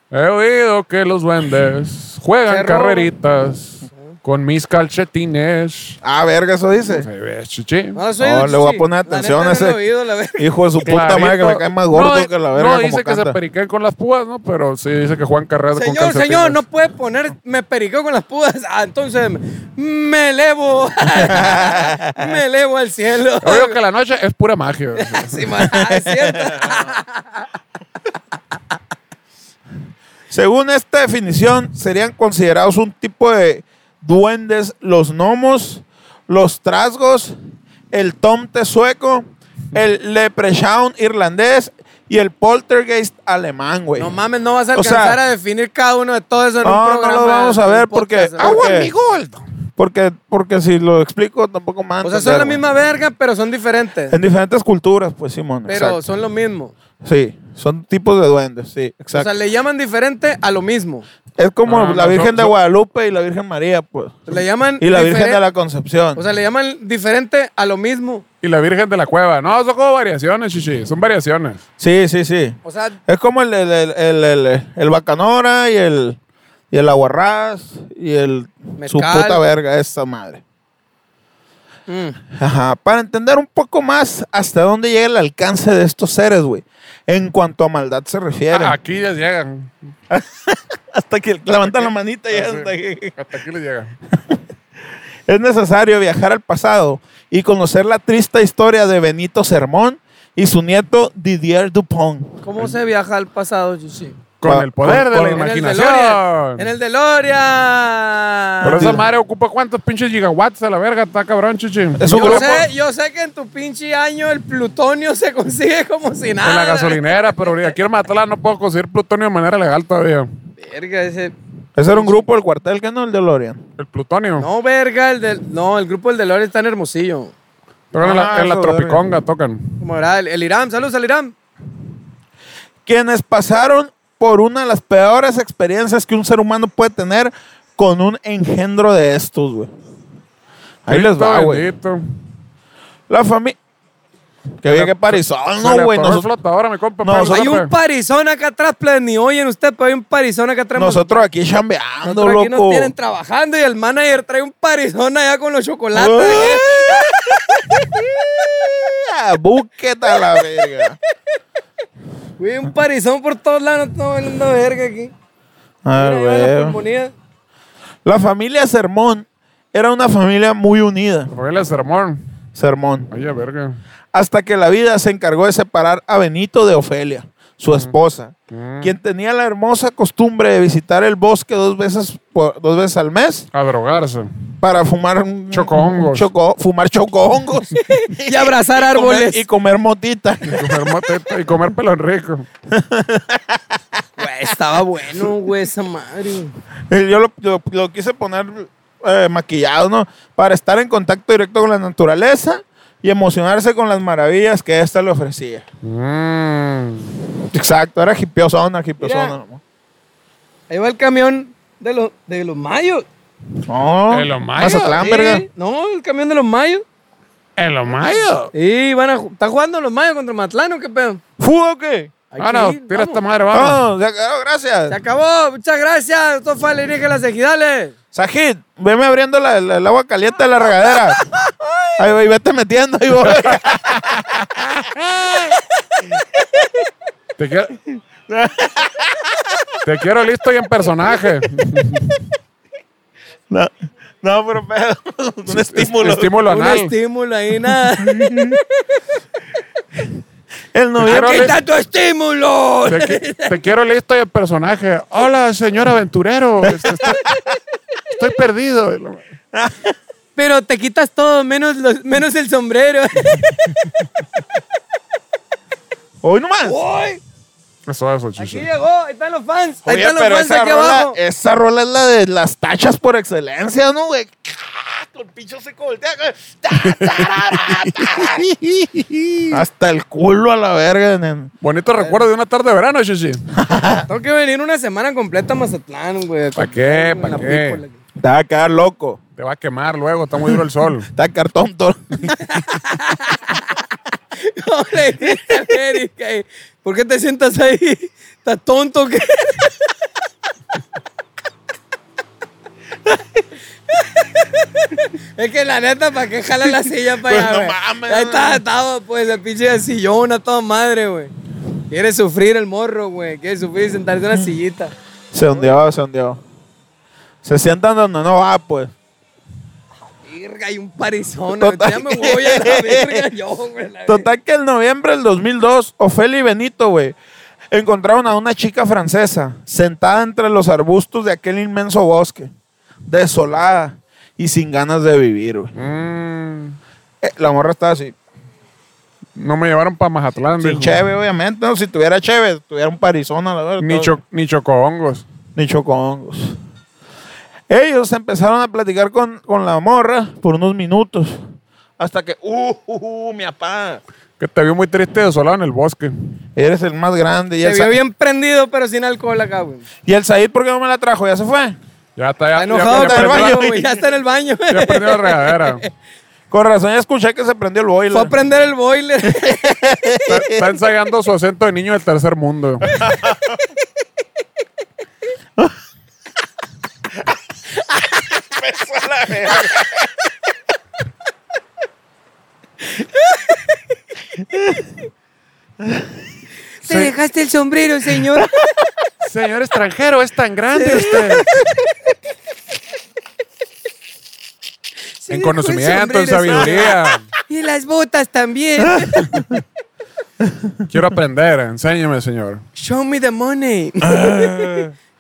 Speaker 1: He oído que los duendes juegan
Speaker 2: Se roban.
Speaker 1: carreritas con mis calcetines.
Speaker 3: Ah, verga, eso dice.
Speaker 1: Se ve chichi.
Speaker 2: No, eso
Speaker 3: No,
Speaker 2: yo-
Speaker 3: le voy a
Speaker 2: sí.
Speaker 3: poner
Speaker 2: La
Speaker 3: atención
Speaker 2: neta,
Speaker 3: a
Speaker 2: no
Speaker 3: ese-
Speaker 2: lo he oído, la verga.
Speaker 3: Hijo de su puta madre que me cae más gordo
Speaker 1: No,
Speaker 3: que la verga.
Speaker 1: No
Speaker 3: como
Speaker 1: dice que
Speaker 3: canta.
Speaker 1: se periqueen con las púas, ¿no? Pero sí dice que Juan Carrera con
Speaker 2: Señor,
Speaker 1: calcetines.
Speaker 2: señor, no puede poner, me periqueo con las pudas. Ah, entonces me elevo. (laughs) me elevo al cielo.
Speaker 1: Obvio que la noche es pura magia.
Speaker 2: Sí, man, (laughs) ah, es cierto.
Speaker 3: Según esta definición, serían considerados un tipo de duendes los gnomos, los trasgos, el tomte sueco, el leprechaun irlandés y el poltergeist alemán, güey.
Speaker 2: No mames, no vas a
Speaker 3: O sea,
Speaker 2: alcanzar a definir cada uno de todos eso en
Speaker 3: no,
Speaker 2: un
Speaker 3: no
Speaker 2: programa.
Speaker 3: lo vamos a
Speaker 2: en un
Speaker 3: ver porque-
Speaker 2: podcast,
Speaker 3: Agua,
Speaker 2: ¿verdad?
Speaker 3: mi porque, porque si lo explico tampoco más.
Speaker 2: O sea, son la misma verga, pero son diferentes.
Speaker 3: En diferentes culturas, pues Simón.
Speaker 2: Pero
Speaker 3: exacto.
Speaker 2: son lo mismo.
Speaker 3: Sí, son tipos de duendes, sí, exacto.
Speaker 2: O sea, le llaman diferente a lo mismo.
Speaker 3: es como
Speaker 1: No,
Speaker 3: la
Speaker 1: no,
Speaker 3: Virgen
Speaker 1: son-
Speaker 3: de
Speaker 1: son-
Speaker 3: Guadalupe y la Virgen María, pues.
Speaker 2: Le llaman
Speaker 3: Y la
Speaker 2: diferen-
Speaker 3: Virgen de la Concepción.
Speaker 2: O sea, le llaman diferente a lo mismo.
Speaker 1: Y la Virgen de la Cueva. No, son como variaciones, chichi. Son variaciones.
Speaker 3: sí, sí, sí.
Speaker 2: O sea,
Speaker 3: Es como el, el, el, el, el- el Bacanora y el, y el Aguarrás y el. Su
Speaker 2: Mezcal.
Speaker 3: puta verga, esa madre.
Speaker 2: mm,
Speaker 3: Ajá. Para entender un poco más hasta dónde llega el alcance de estos seres, güey. En cuanto a maldad se refiere.
Speaker 1: Ah, aquí ya llegan.
Speaker 3: hasta (laughs) que levantan la manita y hasta
Speaker 1: Ah, Sí.
Speaker 3: aquí.
Speaker 1: Hasta aquí les llegan.
Speaker 3: (laughs) Es necesario viajar al pasado y conocer la triste historia de Benito Sermón y su nieto Didier Dupont.
Speaker 2: ¿cómo se viaja al pasado, Yushi?
Speaker 1: Con
Speaker 3: Con-
Speaker 1: el poder
Speaker 3: con-
Speaker 1: de la
Speaker 3: con-
Speaker 2: En el
Speaker 1: imaginación.
Speaker 2: DeLorean. En el DeLorean.
Speaker 1: Pero esa madre ocupa cuántos pinches gigawatts a la verga. Está cabrón, chichi.
Speaker 3: Es un
Speaker 2: yo,
Speaker 3: grupo.
Speaker 2: sé, yo sé que en tu pinche año el plutonio se consigue como si nada.
Speaker 1: En la gasolinera, pero ahorita quiero matarla. No puedo conseguir plutonio de manera legal todavía.
Speaker 2: Verga, ese.
Speaker 3: Ese era un grupo del cuartel que no el de Lorian.
Speaker 1: El plutonio.
Speaker 2: No, verga, el del. No, el grupo del DeLorean está en Hermosillo.
Speaker 1: Tocan en la,
Speaker 3: Ah,
Speaker 1: en la
Speaker 3: eso,
Speaker 1: Tropiconga, tocan.
Speaker 2: Como era el, el Irán. Saludos al Irán.
Speaker 3: Quienes pasaron por una de las peores experiencias que un ser humano puede tener con un engendro de estos, güey. Ahí les va,
Speaker 1: Cristo
Speaker 3: güey.
Speaker 1: bendito.
Speaker 3: La familia. Que bien que parizón, no, güey.
Speaker 1: No
Speaker 3: Nos-
Speaker 1: flotadora, mi compa.
Speaker 3: No,
Speaker 1: pero-
Speaker 3: Nosotros-
Speaker 2: Hay un parizón acá atrás, plan. Ni oyen usted, pero hay un parizón acá atrás.
Speaker 3: nosotros aquí chambeando,
Speaker 2: Nosotros aquí
Speaker 3: loco.
Speaker 2: nos tienen trabajando y el manager trae un parizón allá con los chocolates.
Speaker 3: (laughs) Ah, Búsquete a la verga.
Speaker 2: Güey, un parizón por todos lados. No estamos hablando verga aquí. Mira,
Speaker 3: Ah,
Speaker 2: ahí va la
Speaker 3: güey.
Speaker 2: pulmonía.
Speaker 3: La familia Sermón era una familia muy unida.
Speaker 1: Familia Sermón.
Speaker 3: Sermón.
Speaker 1: Oye, verga.
Speaker 3: Hasta que la vida se encargó de separar a Benito de Ofelia,
Speaker 2: Ah,
Speaker 3: su esposa, quien tenía la hermosa costumbre de visitar el bosque dos veces, por- dos veces al mes
Speaker 1: A drogarse.
Speaker 3: para fumar un-
Speaker 1: Chocongos.
Speaker 3: choco- fumar chocongos
Speaker 2: (laughs) Y abrazar
Speaker 3: y
Speaker 2: (laughs)
Speaker 3: comer-
Speaker 2: árboles.
Speaker 3: y
Speaker 2: (laughs)
Speaker 3: comer motita.
Speaker 1: Y comer moteta y comer pelón rico.
Speaker 2: Güey, estaba bueno, güey, esa madre.
Speaker 3: Eh, Yo lo, yo lo quise poner eh, maquillado, ¿no? Para estar en contacto directo con la naturaleza y emocionarse con las maravillas que ésta le ofrecía.
Speaker 1: Mm.
Speaker 3: Exacto, era hipiosona,
Speaker 2: Mira.
Speaker 3: hipiosona.
Speaker 2: Ahí va el camión de, los de los mayos.
Speaker 3: No,
Speaker 1: De los mayas.
Speaker 3: Mazatlán,
Speaker 2: Sí,
Speaker 3: verga.
Speaker 2: No, el camión de los mayos.
Speaker 1: En los mayos.
Speaker 2: Y van a ju- ¿Están jugando los mayos contra Matlán o qué pedo?
Speaker 3: ¿Fútbol o qué?
Speaker 2: Aquí,
Speaker 1: Ah, no, tira
Speaker 2: vamos.
Speaker 1: esta madre, vamos.
Speaker 3: No, se acabó,
Speaker 2: Se
Speaker 3: gracias.
Speaker 2: acabó, muchas gracias. Esto fue Alienígenas Ejidales.
Speaker 3: Sajid, veme abriendo la- la- el agua caliente de la regadera. Ahí voy, vete metiendo, ahí voy.
Speaker 1: Te quiero. Te quiero listo y en personaje.
Speaker 3: (laughs) No, no pero (laughs) pedo, un estímulo.
Speaker 1: Estímulo
Speaker 2: Un
Speaker 1: anal.
Speaker 2: estímulo
Speaker 1: (laughs)
Speaker 2: ahí, nada.
Speaker 3: El
Speaker 1: Quiero
Speaker 3: noviembre,
Speaker 1: li-
Speaker 2: ¡Qué tanto estímulo!
Speaker 1: te, qui- te quiero listo y en personaje. Hola, señor aventurero. Este, Estoy, estoy perdido.
Speaker 2: (laughs) Pero te quitas todo, menos, los- menos el sombrero. (laughs)
Speaker 3: hoy nomás.
Speaker 2: ¡Uy!
Speaker 1: Eso, eso,
Speaker 2: Aquí
Speaker 1: chichi.
Speaker 2: llegó, ahí están los fans. Ahí
Speaker 3: Oye,
Speaker 2: están los
Speaker 3: pero
Speaker 2: fans
Speaker 3: esa
Speaker 2: aquí
Speaker 3: rola,
Speaker 2: abajo.
Speaker 3: esa rola es la de las tachas por excelencia,
Speaker 2: (laughs)
Speaker 3: ¿no, güey? Con pincho seco voltea. güey. Ta, tarara, ta. (laughs) Hasta el culo a la verga, nen.
Speaker 1: Bonito recuerdo de una tarde de verano, chichi.
Speaker 2: Tengo que venir una semana completa a Mazatlán, güey.
Speaker 1: ¿Pa' qué? ¿Pa'
Speaker 2: La
Speaker 1: qué?
Speaker 2: pícola.
Speaker 3: Te va a quedar loco.
Speaker 1: Te va a quemar luego, está muy duro el sol.
Speaker 3: Te va a quedar tonto. (laughs)
Speaker 2: No (laughs) le dijiste a Eric, eh, ¿Por qué te sientas ahí? ¿Estás tonto? o ¿Qué? (laughs) Es que la neta, ¿para qué jala la silla para
Speaker 3: Pues
Speaker 2: allá,
Speaker 3: no
Speaker 2: güey?
Speaker 3: mames,
Speaker 2: Ahí
Speaker 3: güey.
Speaker 2: está atado, pues, el pinche sillón a toda madre, güey. Quiere sufrir el morro, güey. Quiere sufrir y sentarse en una sillita.
Speaker 3: Se hundió, se hundió. Se sientan donde no va, pues.
Speaker 2: Verga, hay un parizón. güey.
Speaker 3: Total
Speaker 2: Ya me
Speaker 3: que-
Speaker 2: voy a la
Speaker 3: (laughs)
Speaker 2: verga yo, güey. la
Speaker 3: Total que en noviembre del 2002, Ofelia y Benito, güey, encontraron a una chica francesa sentada entre los arbustos de aquel inmenso bosque, desolada y sin ganas de vivir, güey.
Speaker 1: Mm,
Speaker 3: Eh, la morra estaba así,
Speaker 1: no me llevaron para Mazatlán.
Speaker 3: sin
Speaker 1: dijo.
Speaker 3: cheve, obviamente. No, si tuviera cheve, tuviera un parizón a la verdad.
Speaker 1: Ni, cho- ni chocohongos.
Speaker 3: ni chocongos. Ellos empezaron a platicar con, con la morra por unos minutos. Hasta que, uh, uh, uh, mi papá,
Speaker 1: Que te vio muy triste y desolado en el bosque.
Speaker 3: eres el más grande. Y
Speaker 2: Se
Speaker 3: el,
Speaker 2: vio
Speaker 3: Sa-
Speaker 2: bien prendido, pero sin alcohol acá, güey.
Speaker 3: y el Said, ¿por qué no me la trajo? ¿Ya se fue?
Speaker 1: Ya está,
Speaker 2: Está
Speaker 1: ya,
Speaker 2: enojado,
Speaker 1: ya,
Speaker 2: está en el
Speaker 1: prendió
Speaker 2: baño,
Speaker 1: la-
Speaker 2: güey. Ya está en el baño.
Speaker 1: ya prendió la regadera.
Speaker 3: Con razón, ya escuché que se prendió el boiler.
Speaker 2: Fue a prender el boiler.
Speaker 1: Está, está ensayando su acento de niño del tercer mundo.
Speaker 2: Te dejaste el sombrero, señor.
Speaker 1: Señor extranjero, es tan grande usted.
Speaker 2: Se
Speaker 1: En
Speaker 2: dejó el
Speaker 1: conocimiento, en
Speaker 2: sombrero,
Speaker 1: sabiduría.
Speaker 2: Y las botas también.
Speaker 1: Quiero aprender, enséñeme, señor.
Speaker 2: Show me the money.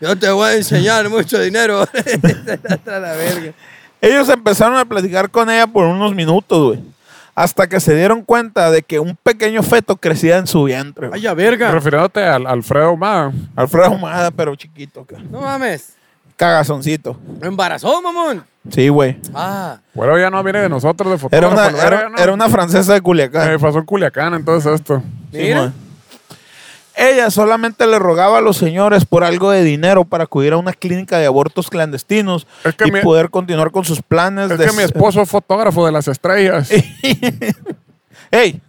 Speaker 2: Yo te voy a enseñar mucho dinero. (laughs) Hasta la verga.
Speaker 3: Ellos empezaron a platicar con ella por unos minutos, güey. Hasta que se dieron cuenta de que un pequeño feto crecía en su vientre. güey.
Speaker 2: Ay, a verga.
Speaker 1: Refiriéndote al Alfredo Humada.
Speaker 3: Alfredo Humada, pero chiquito. ca-
Speaker 2: No mames.
Speaker 3: Cagazoncito.
Speaker 2: Me embarazó, mamón.
Speaker 3: Sí, güey.
Speaker 2: Ah.
Speaker 1: Bueno, ya no viene de nosotros, de
Speaker 3: Era
Speaker 1: fotógrafo.
Speaker 3: una,
Speaker 1: el verga,
Speaker 3: era,
Speaker 1: ¿no?
Speaker 3: era una francesa de Culiacán.
Speaker 1: Eh, pasó en Culiacán, entonces esto.
Speaker 2: Mira.
Speaker 3: Simón. Ella solamente le rogaba a los señores por algo de dinero para acudir a una clínica de abortos clandestinos
Speaker 1: Es que
Speaker 3: y
Speaker 1: mi-
Speaker 3: poder continuar con sus planes.
Speaker 1: Es
Speaker 3: de
Speaker 1: que mi esposo es fotógrafo de las estrellas.
Speaker 2: (laughs)
Speaker 3: (laughs) ¡Ey!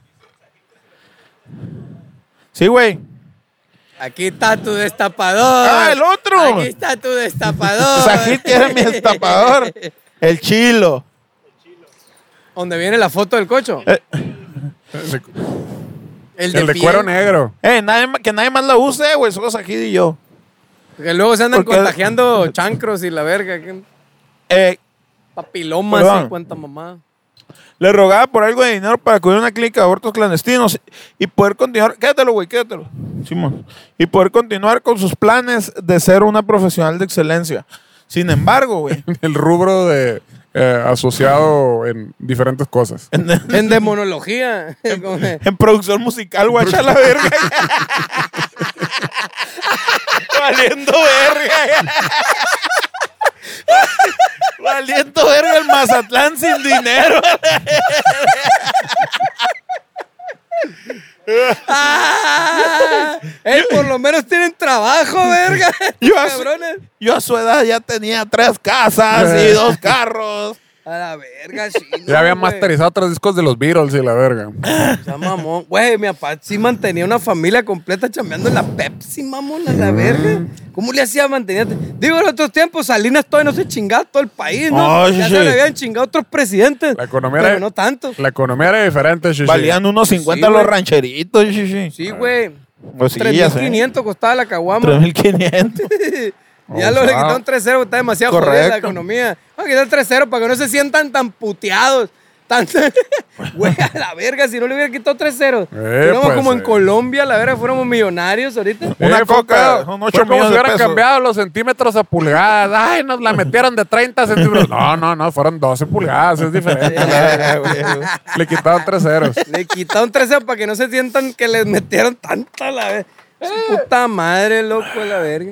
Speaker 3: Sí, güey.
Speaker 2: Aquí está tu destapador.
Speaker 3: ¡Ah, el otro!
Speaker 2: Aquí está tu destapador.
Speaker 3: (laughs) Sajit era
Speaker 2: (laughs)
Speaker 3: mi destapador. El chilo.
Speaker 2: Donde viene la foto del cocho.
Speaker 3: Eh.
Speaker 1: El de-
Speaker 2: El,
Speaker 1: el de
Speaker 2: pie.
Speaker 1: cuero negro.
Speaker 3: Ey, Eh, nadie ma- que nadie más la use, güey. Solo Sajid y yo.
Speaker 2: Que luego se andan
Speaker 3: Porque-
Speaker 2: contagiando chancros y la verga. que-
Speaker 3: Eh,
Speaker 2: Papilomas
Speaker 3: Perdón.
Speaker 2: y cuánta mamá.
Speaker 3: le rogaba por algo de dinero para acudir a una clínica de abortos clandestinos y poder continuar. Quédatelo, güey, quédatelo. Simón. Y poder continuar con sus planes de ser una profesional de excelencia. Sin embargo, güey.
Speaker 1: El rubro de eh, asociado en diferentes cosas.
Speaker 2: En (laughs) demonología.
Speaker 3: En producción musical, guacha la verga. (laughs) Valiendo verga. Valiendo verga el Mazatlán sin dinero.
Speaker 2: ¡Ah! Ey, por lo menos tienen trabajo, verga.
Speaker 3: (laughs) Yo a, su,
Speaker 2: Cabrones.
Speaker 3: yo a su edad ya tenía tres casas y dos carros.
Speaker 2: A la verga, sí. no,
Speaker 1: Ya habían
Speaker 2: güey.
Speaker 1: masterizado tres discos de los Beatles y la verga.
Speaker 2: Ya, mamón. Güey, mi papá sí mantenía una familia completa chambeando en la Pepsi, mamón, a la verga. ¿Cómo le hacía mantenerte? Digo, en otros tiempos Salinas todavía no se chingaba todo el país, ¿no?
Speaker 3: Ay,
Speaker 2: ya
Speaker 3: sí.
Speaker 2: se le habían chingado otros presidentes.
Speaker 1: La economía
Speaker 2: Pero
Speaker 1: era-
Speaker 2: no tanto.
Speaker 1: La economía era diferente, Shishi.
Speaker 3: Valían unos 50
Speaker 2: Sí,
Speaker 3: los
Speaker 2: güey.
Speaker 3: rancheritos. Sí, sí.
Speaker 2: Sí, güey.
Speaker 3: Pues sí, ya sé.
Speaker 2: 3.500 costaba la caguama.
Speaker 3: 3.500.
Speaker 2: Ya lo
Speaker 1: Oh,
Speaker 2: le
Speaker 1: wow.
Speaker 2: quitaron 3-0, está demasiado jodida la
Speaker 3: Correcto.
Speaker 2: economía. Vamos a quitar 3-0 para que no se sientan tan puteados. Tan... (laughs) Güey, a la verga, si no le hubiera quitado 3-0.
Speaker 1: Eh,
Speaker 2: Fuéramos
Speaker 1: pues,
Speaker 2: como
Speaker 1: eh.
Speaker 2: en Colombia, la verga, fuéramos millonarios ahorita.
Speaker 3: Una
Speaker 1: fue un
Speaker 3: coca,
Speaker 1: pedo.
Speaker 3: son
Speaker 1: Fue
Speaker 3: ocho
Speaker 1: como si
Speaker 3: millones de
Speaker 1: hubieran
Speaker 3: pesos.
Speaker 1: cambiado los centímetros a pulgadas. Ay, nos la metieron de 30 centímetros. No, no, no, fueron 12 pulgadas, es diferente.
Speaker 2: (laughs)
Speaker 1: la verga. Le quitaron tres ceros.
Speaker 2: Le quitaron 3-0 para que no se sientan que les metieron tanta la verga. Su Puta madre, loco, a la verga.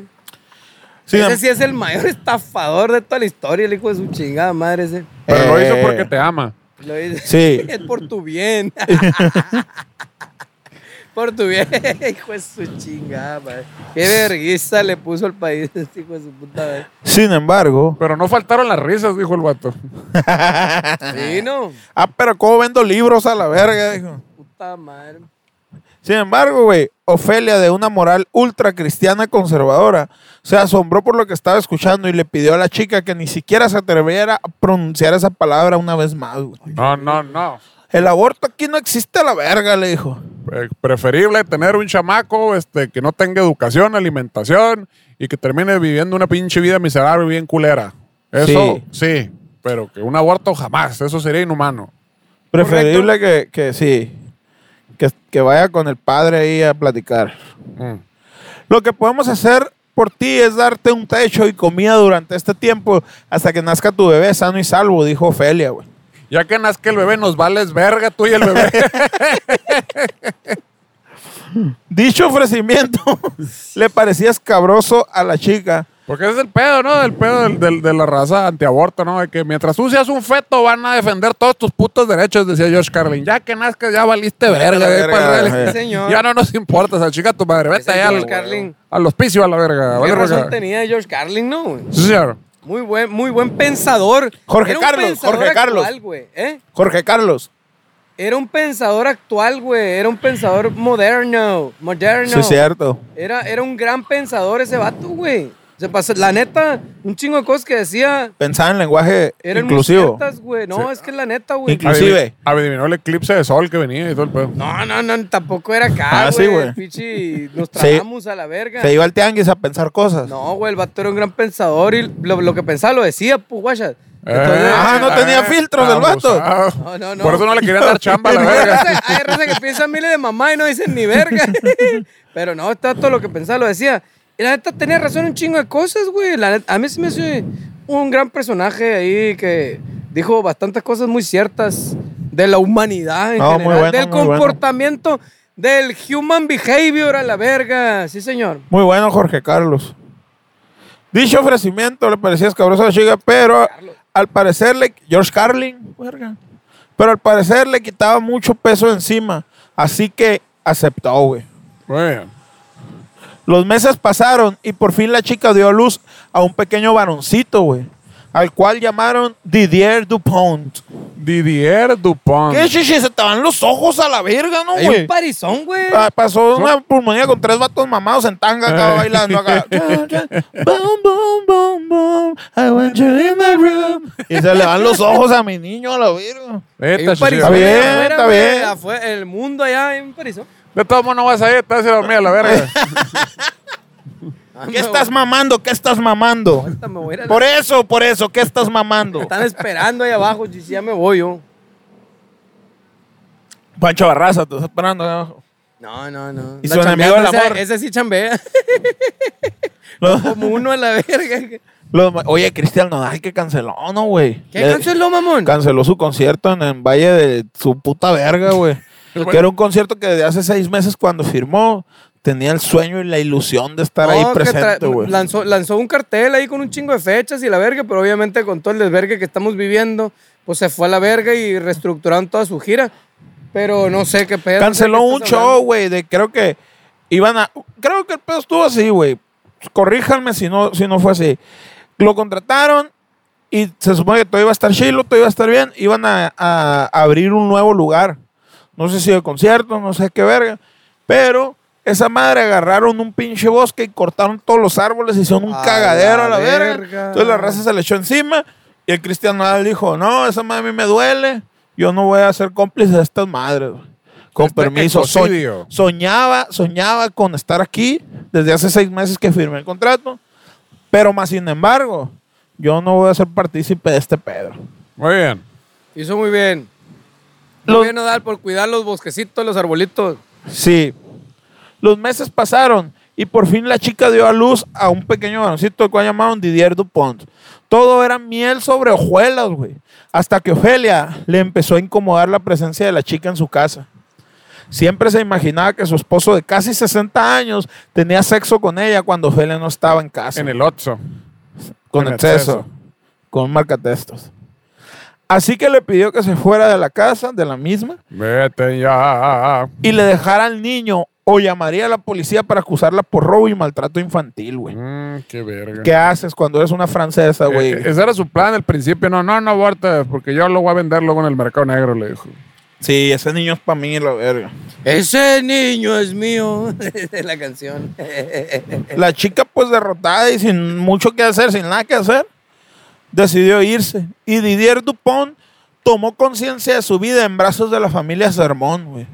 Speaker 3: Sí,
Speaker 2: ese sí es el mayor estafador de toda la historia, el hijo de su chingada madre ese.
Speaker 1: Pero lo hizo
Speaker 3: Eh.
Speaker 1: porque te ama.
Speaker 2: Lo dice.
Speaker 3: Sí.
Speaker 2: (laughs) Es por tu bien. (laughs) por tu bien, (laughs) hijo de su chingada, madre. Qué vergüenza le puso al país (laughs) este hijo de su puta madre.
Speaker 3: Sin embargo.
Speaker 1: Pero no faltaron las risas, dijo el vato.
Speaker 2: Sí, no.
Speaker 3: Ah, pero ¿cómo vendo libros a la verga? Dijo.
Speaker 2: Puta madre.
Speaker 3: Sin embargo, güey, Ofelia, de una moral ultra cristiana conservadora, se asombró por lo que estaba escuchando y le pidió a la chica que ni siquiera se atreviera a pronunciar esa palabra una vez más, güey.
Speaker 1: No, no, no.
Speaker 3: El aborto aquí no existe a la verga, le dijo.
Speaker 1: Pre- Eh, Preferible tener un chamaco este, que no tenga educación, alimentación y que termine viviendo una pinche vida miserable y bien culera. Eso sí. pero que un aborto jamás. Eso sería inhumano.
Speaker 3: Preferible que, que sí, que, que vaya con el padre ahí a platicar.
Speaker 1: Mm.
Speaker 3: Lo que podemos hacer por ti es darte un techo y comida durante este tiempo hasta que nazca tu bebé sano y salvo, dijo Ofelia, güey.
Speaker 1: Ya que nazca el bebé, nos vales verga tú y el
Speaker 3: (laughs)
Speaker 1: bebé.
Speaker 3: Dicho ofrecimiento (laughs) le parecía escabroso a la chica.
Speaker 1: Porque ese es el pedo, ¿no? El pedo del- del- de la raza antiaborto, ¿no? De que mientras tú seas un feto van a defender todos tus putos derechos, decía George Carlin. Ya que nazcas, ya valiste verga.
Speaker 3: la
Speaker 1: ya
Speaker 3: verga,
Speaker 1: pa'l real.
Speaker 3: ajá.
Speaker 2: Sí, señor.
Speaker 1: Ya no nos importa, esa chica tu madre. Vete
Speaker 2: Ese
Speaker 1: allá al,
Speaker 2: George Carlin.
Speaker 1: al hospicio a la verga.
Speaker 2: ¿Qué
Speaker 1: vale
Speaker 2: razón
Speaker 1: verga.
Speaker 2: tenía George Carlin, no, güey?
Speaker 1: Sí, señor.
Speaker 2: Muy buen, muy buen pensador.
Speaker 3: Jorge
Speaker 2: Era un
Speaker 3: Carlos,
Speaker 2: pensador
Speaker 3: Jorge Carlos.
Speaker 2: actual, güey, ¿eh?
Speaker 3: Jorge Carlos.
Speaker 2: Era un pensador actual, güey. Era un pensador moderno. Moderno.
Speaker 3: Sí, es cierto.
Speaker 2: Era, era un gran pensador ese vato, güey. Se pasó, la neta, un chingo de cosas que decía
Speaker 3: Pensaba en lenguaje
Speaker 2: eran muy
Speaker 3: inclusivo.
Speaker 2: ciertas, güey. No, es que la neta, güey.
Speaker 3: Inclu- Inclusive.
Speaker 1: Adivin- Adivinó el eclipse de sol que venía y todo el pedo.
Speaker 2: No, no, no, tampoco era acá,
Speaker 3: Ah, sí, güey.
Speaker 2: güey. Pichi,
Speaker 3: (laughs)
Speaker 2: nos tragamos a la verga.
Speaker 3: Se iba al tianguis a pensar cosas.
Speaker 2: No, güey, el vato era un gran pensador y lo, lo que pensaba lo decía, pues, guacha. Entonces,
Speaker 3: Ah, no tenía filtros el vato.
Speaker 1: Eh, abusado.
Speaker 2: No, no, no.
Speaker 1: Por eso no le querían dar chamba a la
Speaker 2: hay
Speaker 1: verga.
Speaker 2: (laughs) raza- hay raza que piensa miles de mamá y no dicen ni verga. (laughs) Pero no, está todo lo que pensaba, lo decía. Y la neta tenía razón en un chingo de cosas, güey. La neta, a mí sí me hace un gran personaje ahí que dijo bastantes cosas muy ciertas de la humanidad en
Speaker 3: No, muy
Speaker 2: general,
Speaker 3: bueno,
Speaker 2: del
Speaker 3: muy bueno.
Speaker 2: comportamiento, del human behavior a la verga. Sí, señor.
Speaker 3: Muy bueno, Jorge Carlos. Dicho ofrecimiento le parecía escabroso a la chica, pero al parecer le. George Carlin, verga. Pero al parecer le quitaba mucho peso encima. Así que aceptó, güey.
Speaker 1: Muy bien.
Speaker 3: Los meses pasaron y por fin la chica dio a luz a un pequeño varoncito, güey. Al cual llamaron Didier Dupont.
Speaker 1: Didier Dupont.
Speaker 3: ¿Qué chichi? Se te van los ojos a la verga, ¿no,
Speaker 2: Ah. Hay un
Speaker 3: güey?
Speaker 2: parizón, güey.
Speaker 3: Ah, pasó una pulmonía con tres vatos mamados en tanga
Speaker 2: Ah.
Speaker 3: acá
Speaker 2: (laughs)
Speaker 3: bailando acá. Boom, boom, boom, boom. I want you in my room. Y se le van los ojos a mi niño a la verga.
Speaker 2: Hay
Speaker 1: Neta,
Speaker 2: un
Speaker 1: sí,
Speaker 2: parizón
Speaker 1: sí.
Speaker 3: bien,
Speaker 2: ahí afuera,
Speaker 3: está
Speaker 2: güey,
Speaker 3: bien.
Speaker 2: afuera, el mundo allá hay un parizón.
Speaker 1: De todos modos no vas a ir, te vas a ir a dormir a la
Speaker 2: (laughs)
Speaker 1: verga.
Speaker 3: ¿Qué estás mamando? ¿Qué estás mamando?
Speaker 2: Ahorita me voy Ah, a ir a la-
Speaker 3: Por eso, por eso, ¿qué estás mamando?
Speaker 2: Están esperando ahí abajo, y ya me voy yo.
Speaker 3: Pancho Barraza, te está esperando ahí abajo.
Speaker 2: No, no, no.
Speaker 3: Y
Speaker 2: La
Speaker 3: su enemigo
Speaker 2: chambeada,
Speaker 3: el
Speaker 2: ese-
Speaker 3: amor.
Speaker 2: Ese, sí chambea. (laughs)
Speaker 3: Los-
Speaker 2: Como uno a la verga.
Speaker 3: los- oye, Cristian Nodal que canceló, ¿no, güey?
Speaker 2: ¿Qué
Speaker 3: Le-
Speaker 2: canceló, mamón?
Speaker 3: Canceló su concierto en el Valle de su puta verga, güey. que era un concierto que desde hace seis meses cuando firmó tenía el sueño y la ilusión de estar ahí
Speaker 2: No, que
Speaker 3: presente,
Speaker 2: tra-
Speaker 3: güey.
Speaker 2: Lanzó, lanzó un cartel ahí con un chingo de fechas y la verga, pero obviamente con todo el desvergue que estamos viviendo, pues se fue a la verga y reestructuraron toda su gira. Pero no sé qué pedo.
Speaker 3: Canceló
Speaker 2: no sé qué
Speaker 3: un
Speaker 2: estás hablando.
Speaker 3: show, güey, de creo que iban a... Creo que el pedo estuvo así, güey. Corríjanme si no, si no fue así. Lo contrataron y se supone que todo iba a estar chilo, todo iba a estar bien. Iban a, a abrir un nuevo lugar. No sé si de concierto, no sé qué verga. Pero esa madre agarraron un pinche bosque y cortaron todos los árboles y hicieron un
Speaker 2: A
Speaker 3: cagadero
Speaker 2: la
Speaker 3: a la verga.
Speaker 2: verga.
Speaker 3: Entonces la raza se le echó encima y el Cristian Nodal dijo, no, esa madre a mí me duele. Yo no voy a ser cómplice de estas madres. güey". Con
Speaker 1: Este
Speaker 3: permiso, so-
Speaker 1: ecocidio.
Speaker 3: soñaba, soñaba con estar aquí desde hace seis meses que firmé el contrato. Pero más sin embargo, yo no voy a ser partícipe de este Pedro.
Speaker 1: Muy bien.
Speaker 2: Hizo muy bien.
Speaker 3: Los-
Speaker 2: Muy bien, Nadal, por cuidar los bosquecitos, los arbolitos.
Speaker 3: Sí. Los meses pasaron y por fin la chica dio a luz a un pequeño varoncito al cual llamaron Didier Dupont. Todo era miel sobre hojuelas, güey. Hasta que Ofelia le empezó a incomodar la presencia de la chica en su casa. Siempre se imaginaba que su esposo de casi 60 años tenía sexo con ella cuando Ofelia no estaba en casa.
Speaker 1: En el Otso.
Speaker 3: con
Speaker 1: en
Speaker 3: exceso.
Speaker 1: exceso.
Speaker 3: Con marcatextos. Así que le pidió que se fuera de la casa, de la misma,
Speaker 1: Vete ya.
Speaker 3: y le dejara al niño o llamaría a la policía para acusarla por robo y maltrato infantil, güey.
Speaker 1: Mm, qué verga.
Speaker 3: ¿Qué haces cuando eres una francesa,
Speaker 1: Eh,
Speaker 3: güey?
Speaker 1: eh, ese era su plan al principio. No, no, no abortes, porque yo lo voy a vender luego en el mercado negro, le dijo.
Speaker 3: Sí, ese niño es para mí, la verga.
Speaker 2: Ese niño es mío. (laughs) Esa es la canción.
Speaker 1: Eh.
Speaker 3: La chica, pues derrotada y sin mucho que hacer, sin nada que hacer, decidió irse. Y Didier Dupont tomó conciencia de su vida en brazos de la familia Sermón, güey.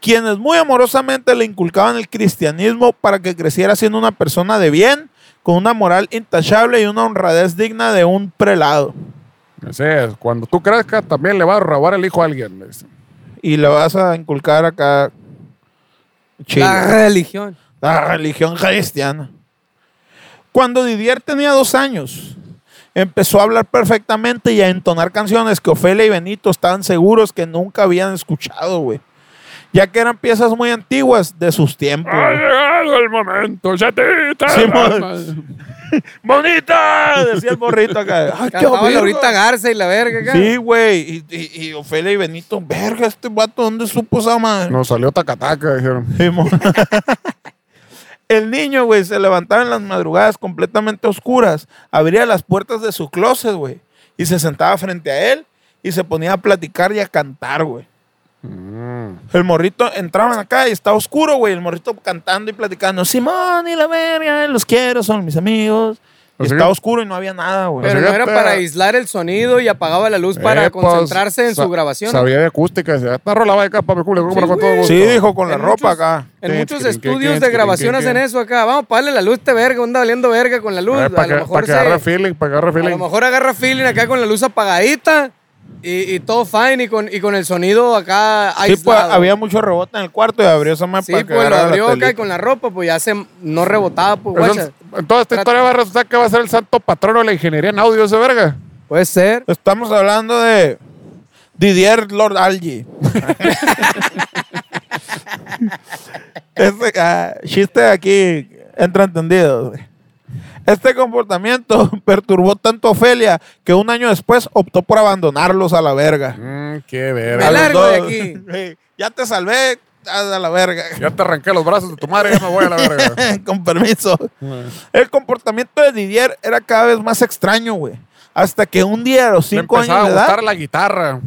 Speaker 3: Quienes muy amorosamente le inculcaban el cristianismo para que creciera siendo una persona de bien, con una moral intachable y una honradez digna de un prelado.
Speaker 1: Así es, cuando tú crezcas también le vas a robar el hijo a alguien. le dicen.
Speaker 3: Y le vas a inculcar acá. Chile.
Speaker 2: La religión.
Speaker 3: La religión cristiana. Cuando Didier tenía dos años, empezó a hablar perfectamente y a entonar canciones que Ofelia y Benito estaban seguros que nunca habían escuchado, güey. Ya que eran piezas muy antiguas de sus tiempos.
Speaker 1: Ha
Speaker 3: güey.
Speaker 1: llegado el momento, chatita.
Speaker 3: Sí,
Speaker 1: pues.
Speaker 3: mon- ¡Bonita! Decía el morrito acá. (laughs) ¡Ay, qué
Speaker 2: Cantaba
Speaker 3: horrible!
Speaker 2: Laurita Garza y la verga. acá.
Speaker 3: Sí, güey. Y, y, y Ofelia y Benito, verga, este vato, ¿dónde supo esa madre?
Speaker 1: Nos salió tacataca, dijeron.
Speaker 3: Simón. (laughs) El niño, güey, se levantaba en las madrugadas completamente oscuras, abría las puertas de su closet, güey, y se sentaba frente a él y se ponía a platicar y a cantar, güey. El morrito entraban acá y estaba oscuro, güey. El morrito cantando y platicando. Simón y la verga, los quiero, son mis amigos. Y
Speaker 1: Así
Speaker 3: estaba
Speaker 1: que-
Speaker 3: oscuro y no había nada, güey.
Speaker 2: Pero no era
Speaker 1: Fíjate.
Speaker 2: para aislar el sonido y apagaba la luz para
Speaker 1: Eh, pues,
Speaker 2: concentrarse en
Speaker 1: sa-
Speaker 2: su grabación.
Speaker 1: Sabía de acústica. Decía, esta rola va de capa, mi culo, compra con todo gusto.
Speaker 3: Sí, dijo con la
Speaker 2: En
Speaker 3: ropa
Speaker 2: muchos-
Speaker 3: acá.
Speaker 2: En
Speaker 1: Tin,
Speaker 2: muchos
Speaker 1: tin, tin,
Speaker 2: estudios
Speaker 1: tin,
Speaker 2: de
Speaker 1: tin,
Speaker 2: grabación
Speaker 1: tin,
Speaker 2: hacen
Speaker 1: tin.
Speaker 2: eso acá. Vamos, pale la luz, te verga, onda valiendo verga con la luz.
Speaker 1: Eh,
Speaker 2: a lo
Speaker 1: para que,
Speaker 2: mejor
Speaker 1: para que
Speaker 2: se-
Speaker 1: agarre feeling, para que agarre
Speaker 2: A
Speaker 1: feeling.
Speaker 2: lo mejor agarra feeling acá con la luz apagadita y, y todo fine y con, y con el sonido acá
Speaker 3: Sí, pues,
Speaker 2: aislado.
Speaker 3: había mucho rebote en el cuarto y abrió esa madre
Speaker 2: Sí,
Speaker 3: para que
Speaker 2: pues lo
Speaker 3: agarrara la
Speaker 2: abrió acá y
Speaker 3: telita.
Speaker 2: con la ropa, pues ya se no rebotaba, pues
Speaker 1: Entonces,
Speaker 2: guacha.
Speaker 1: entonces esta historia va a resultar que va a ser el santo patrono de la ingeniería en audio, ese verga.
Speaker 2: Puede ser.
Speaker 3: Estamos hablando de Didier Lord
Speaker 2: (laughs)
Speaker 3: Algi. este ah, chiste aquí entra entendido. Este comportamiento (laughs) perturbó tanto a Ofelia que un año después optó por abandonarlos a la Mm, verga.
Speaker 1: Mmm, qué
Speaker 3: A
Speaker 1: verga.
Speaker 2: Me
Speaker 3: los
Speaker 2: largo de
Speaker 3: dos.
Speaker 2: aquí.
Speaker 3: (laughs) Sí, ya te salvé, a la verga. (laughs)
Speaker 1: Ya te arranqué los brazos de tu madre, ya me voy a la verga.
Speaker 3: Con permiso. El comportamiento de Didier era cada vez más extraño, güey. Hasta que un día a los
Speaker 1: Le
Speaker 3: cinco
Speaker 1: empezaba a
Speaker 3: años de edad,
Speaker 1: gustar la guitarra.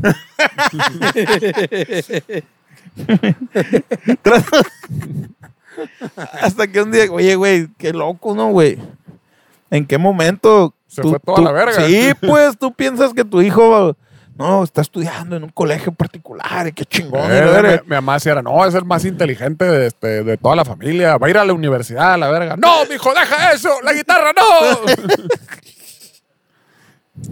Speaker 3: Hasta que un día, oye, güey, qué loco, ¿no, güey? ¿En qué momento?
Speaker 1: Se fue toda la verga.
Speaker 3: Sí, pues tú piensas que tu hijo, no, está estudiando en un colegio particular y qué chingón. y
Speaker 1: Eh,
Speaker 3: la verga.
Speaker 1: mi, mi mamá sí era, no, es el más inteligente de, este, de toda la familia. Va a ir a la universidad, a la verga. No, mijo, deja eso, la guitarra, no.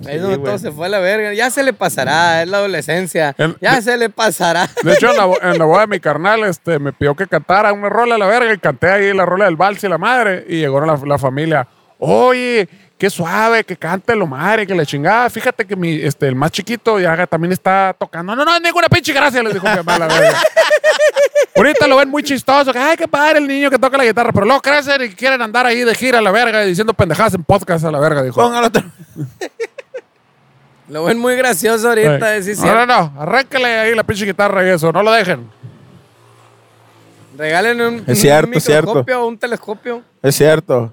Speaker 2: Ahí es donde todo se fue a la verga. Ya se le pasará, es la adolescencia.
Speaker 1: El-
Speaker 2: ya
Speaker 1: de-
Speaker 2: se le pasará. (laughs)
Speaker 1: De hecho, en la, bo- en la boda de mi carnal este, me pidió que cantara una rola a la verga y canté ahí la rola del vals y la madre. Y llegó la, la familia, oye, qué suave, que cante lo madre, que la chingada. Fíjate que mi, este, el más chiquito ya ga- también está tocando. No, no, no, ninguna pinche gracia, les dijo mi mamá a la verga. Ahorita lo ven muy chistoso, que ay, qué padre el niño que toca la guitarra, pero luego crecen y quieren andar ahí de gira a la verga y diciendo pendejadas en podcast a la verga, dijo.
Speaker 3: Póngalo otra-
Speaker 2: Lo ven muy gracioso ahorita,
Speaker 1: Ay,
Speaker 2: sí, sí.
Speaker 1: no, no, no, arráncale ahí la pinche guitarra y eso, no lo dejen.
Speaker 2: Regalen un,
Speaker 3: Es cierto,
Speaker 2: un
Speaker 3: es cierto.
Speaker 2: microscopio o un telescopio.
Speaker 3: Es cierto.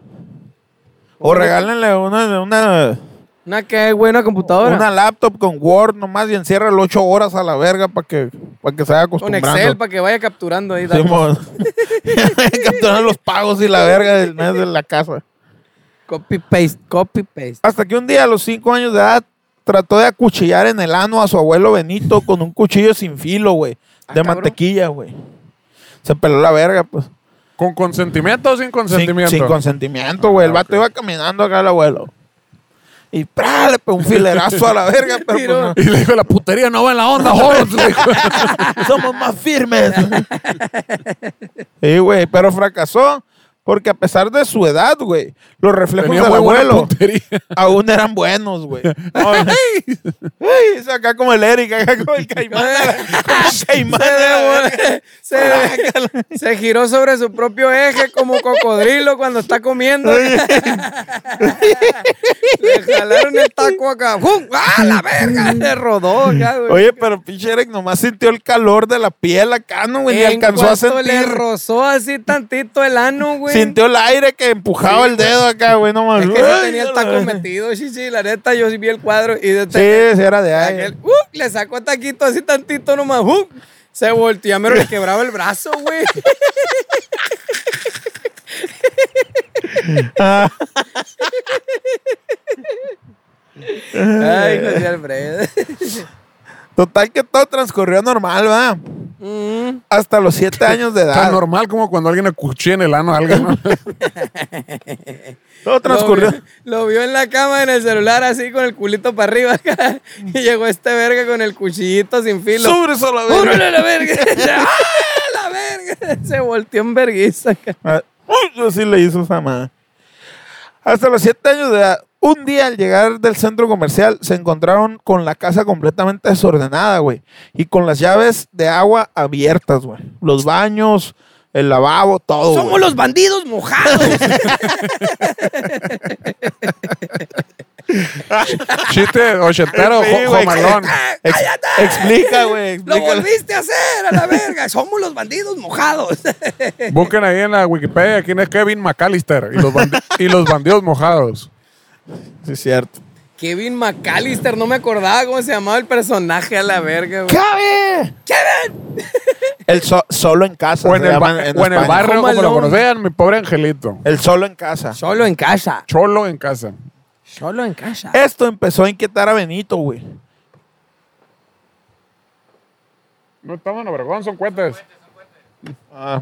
Speaker 3: O regálenle una, una,
Speaker 2: Una que es buena computadora.
Speaker 3: una laptop con Word nomás y enciérralo ocho horas a la verga para que, para que se vaya
Speaker 2: con
Speaker 3: acostumbrando.
Speaker 2: Excel para que vaya capturando ahí. datos.
Speaker 3: (laughs) Simón. Capturar los pagos y la verga del mes de la casa.
Speaker 2: Copy paste, copy
Speaker 3: (laughs)
Speaker 2: paste.
Speaker 3: Hasta que un día, a los cinco años de edad, trató de acuchillar en el ano a su abuelo Benito con un cuchillo sin filo, güey. de
Speaker 2: Ah, cabrón.
Speaker 3: mantequilla, güey. Se peló la verga, pues.
Speaker 1: ¿Con consentimiento o sin
Speaker 3: Sin,
Speaker 1: consentimiento? Ah,
Speaker 3: sin consentimiento, güey. el vato iba caminando acá el abuelo. Y ¡prá! le pegó un filerazo a la
Speaker 2: (laughs)
Speaker 3: verga, pero pues,
Speaker 2: Tiró.
Speaker 3: no.
Speaker 1: Y le dijo, la putería no va en la
Speaker 3: (laughs)
Speaker 1: onda, Hobbes. Le dijo,
Speaker 3: Somos
Speaker 2: (laughs)
Speaker 3: más firmes. sí, güey, pero fracasó porque a pesar de su edad, güey, los reflejos
Speaker 1: tenía
Speaker 3: del
Speaker 1: muy buena
Speaker 3: abuelo
Speaker 1: puntería.
Speaker 3: aún eran buenos,
Speaker 2: (laughs)
Speaker 3: güey.
Speaker 1: Ay,
Speaker 3: Ay, eso acá como el Eric, acá como el caimán.
Speaker 2: (laughs)
Speaker 3: como el caimán.
Speaker 2: (laughs) se, se giró sobre su propio eje como cocodrilo cuando está comiendo. (laughs) Le jalaron el taco acá. ¡Fum! ¡Ah, la verga! (laughs) Le rodó acá, güey.
Speaker 3: Oye, pero pinche Eric nomás sintió el calor de la piel acá, ¿no, güey? Ni
Speaker 2: En
Speaker 3: alcanzó a
Speaker 2: cuanto Le
Speaker 3: sentir.
Speaker 2: rozó así tantito el ano, güey.
Speaker 3: Sintió el aire que empujaba el dedo acá, güey, nomás.
Speaker 2: Es que no
Speaker 3: Ay,
Speaker 2: tenía el
Speaker 3: la
Speaker 2: taco
Speaker 3: verga.
Speaker 2: metido, sí, sí, la neta, yo sí vi el cuadro y de
Speaker 3: Sí, sí, era de
Speaker 2: aquel,
Speaker 3: aire.
Speaker 2: ¡uh! le sacó taquito así tantito nomás. ¡uh! Se volteó, ya mero le quebraba el brazo, güey.
Speaker 3: Ah.
Speaker 2: Ay, José Alfredo.
Speaker 3: Total que todo transcurrió normal, va.
Speaker 2: Mm.
Speaker 3: Hasta los siete años de
Speaker 1: Tan
Speaker 3: edad.
Speaker 1: normal como cuando alguien acuchilla en el ano a alguien.
Speaker 3: (laughs)
Speaker 1: ¿no?
Speaker 3: Todo transcurrió.
Speaker 2: Lo vio, lo vio en la cama en el celular así con el culito para arriba (laughs) acá, y llegó este verga con el cuchillito sin filo.
Speaker 3: Sobre solo a ver.
Speaker 2: ¡Súbrele la verga! (laughs) ¡Ah, la verga! Se volteó en vergüenza. acá.
Speaker 3: Ah, uy, Yo sí le hizo esa madre. Hasta los siete años de edad. Un día al llegar del centro comercial se encontraron con la casa completamente desordenada, güey. Y con las llaves de agua abiertas, güey. Los baños, el lavabo, todo.
Speaker 2: Somos
Speaker 3: güey.
Speaker 2: los bandidos
Speaker 3: (laughs)
Speaker 2: mojados.
Speaker 1: Chiste ochentero,
Speaker 3: Sí,
Speaker 1: jo- (laughs)
Speaker 3: güey.
Speaker 1: jomalón.
Speaker 3: Ex- explica, güey.
Speaker 2: Lo
Speaker 3: explica.
Speaker 2: volviste a hacer a la verga. Somos los bandidos mojados. (laughs)
Speaker 1: Busquen ahí en la Wikipedia quién es Kevin McAllister y los, bandi- y los bandidos mojados.
Speaker 3: Sí, es cierto.
Speaker 2: Kevin McAllister, no me acordaba cómo se llamaba el personaje a la verga, güey.
Speaker 3: ¡Cabe!
Speaker 2: ¡Kevin!
Speaker 3: El so- solo en casa.
Speaker 1: O en
Speaker 3: se
Speaker 1: el, ba-
Speaker 3: llaman
Speaker 1: o en el
Speaker 3: España.
Speaker 1: barrio, como lo
Speaker 2: Jomalón.
Speaker 1: conocían, mi pobre angelito.
Speaker 3: El solo en casa.
Speaker 2: Solo en casa.
Speaker 1: Cholo en casa.
Speaker 2: Solo en casa.
Speaker 3: Esto empezó a inquietar a Benito, güey.
Speaker 1: No estamos en Obregón, son cuentes.
Speaker 3: Ah,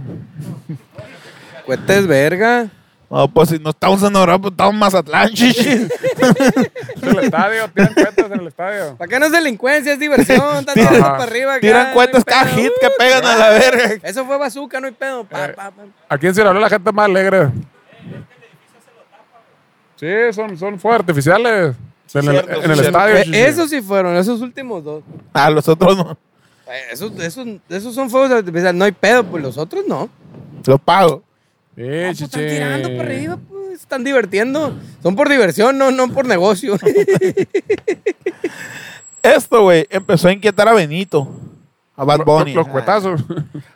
Speaker 2: Cuetes verga.
Speaker 3: no, pues si no estamos en Europa, pues estamos en Mazatlán, chichi.
Speaker 1: Es el estadio, tienen cuentas en el estadio.
Speaker 2: ¿Para qué no es delincuencia? Es
Speaker 3: (laughs)
Speaker 2: diversión. Tanto
Speaker 3: Tiran-
Speaker 2: para arriba. acá, no
Speaker 3: Tiran
Speaker 2: hay
Speaker 3: cuentas cada
Speaker 2: pedo.
Speaker 3: hit que pegan a la verga.
Speaker 2: Eso fue bazooka, no hay pedo. Pa,
Speaker 1: Eh,
Speaker 2: pa, pa.
Speaker 1: Aquí en Sinaloa la gente es más alegre. Sí, son, son fuegos artificiales. En el,
Speaker 3: cierto,
Speaker 1: en
Speaker 3: sí,
Speaker 1: el
Speaker 3: cierto.
Speaker 1: estadio.
Speaker 2: Eh,
Speaker 1: chichi.
Speaker 2: esos sí fueron, esos últimos dos.
Speaker 3: A Ah, los otros no.
Speaker 2: Eh, Esos, esos, esos son fuegos artificiales. No hay pedo, pues los otros no.
Speaker 3: Lo pago.
Speaker 1: Sí,
Speaker 2: Ah, pues,
Speaker 1: chichi.
Speaker 2: están tirando para arriba, pues están divirtiendo. Son por diversión, no, no por (laughs) negocio.
Speaker 3: Esto, güey, empezó a inquietar a Benito. A Bad
Speaker 1: Los-
Speaker 3: Bunny.
Speaker 1: Los,
Speaker 3: (laughs)
Speaker 1: cuetazos.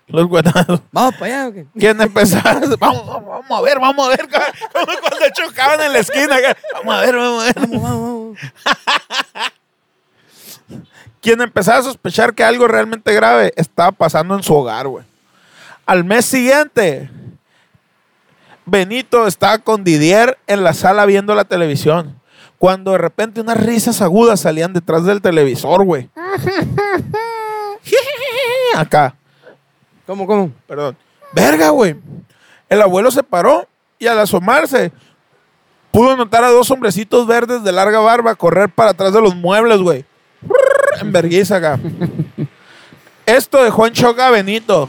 Speaker 3: Los cuetazos.
Speaker 2: Vamos para allá. ¿o qué?
Speaker 3: Quien empezara, (laughs) vamos, vamos, vamos a ver, vamos a ver. (laughs) Como cuando chocaban en la esquina. acá, Vamos a ver, vamos a ver.
Speaker 2: Vamos, vamos, vamos.
Speaker 3: Quien empezaba a sospechar que algo realmente grave estaba pasando en su hogar, güey. Al mes siguiente, Benito estaba con Didier en la sala viendo la televisión. Cuando de repente unas risas agudas salían detrás del televisor, güey. Acá,
Speaker 2: ¿Cómo, cómo?
Speaker 3: perdón. Verga, güey. El abuelo se paró y al asomarse pudo notar a dos hombrecitos verdes de larga barba correr para atrás de los muebles, güey. En vergüenza acá. Esto dejó en shock a Benito.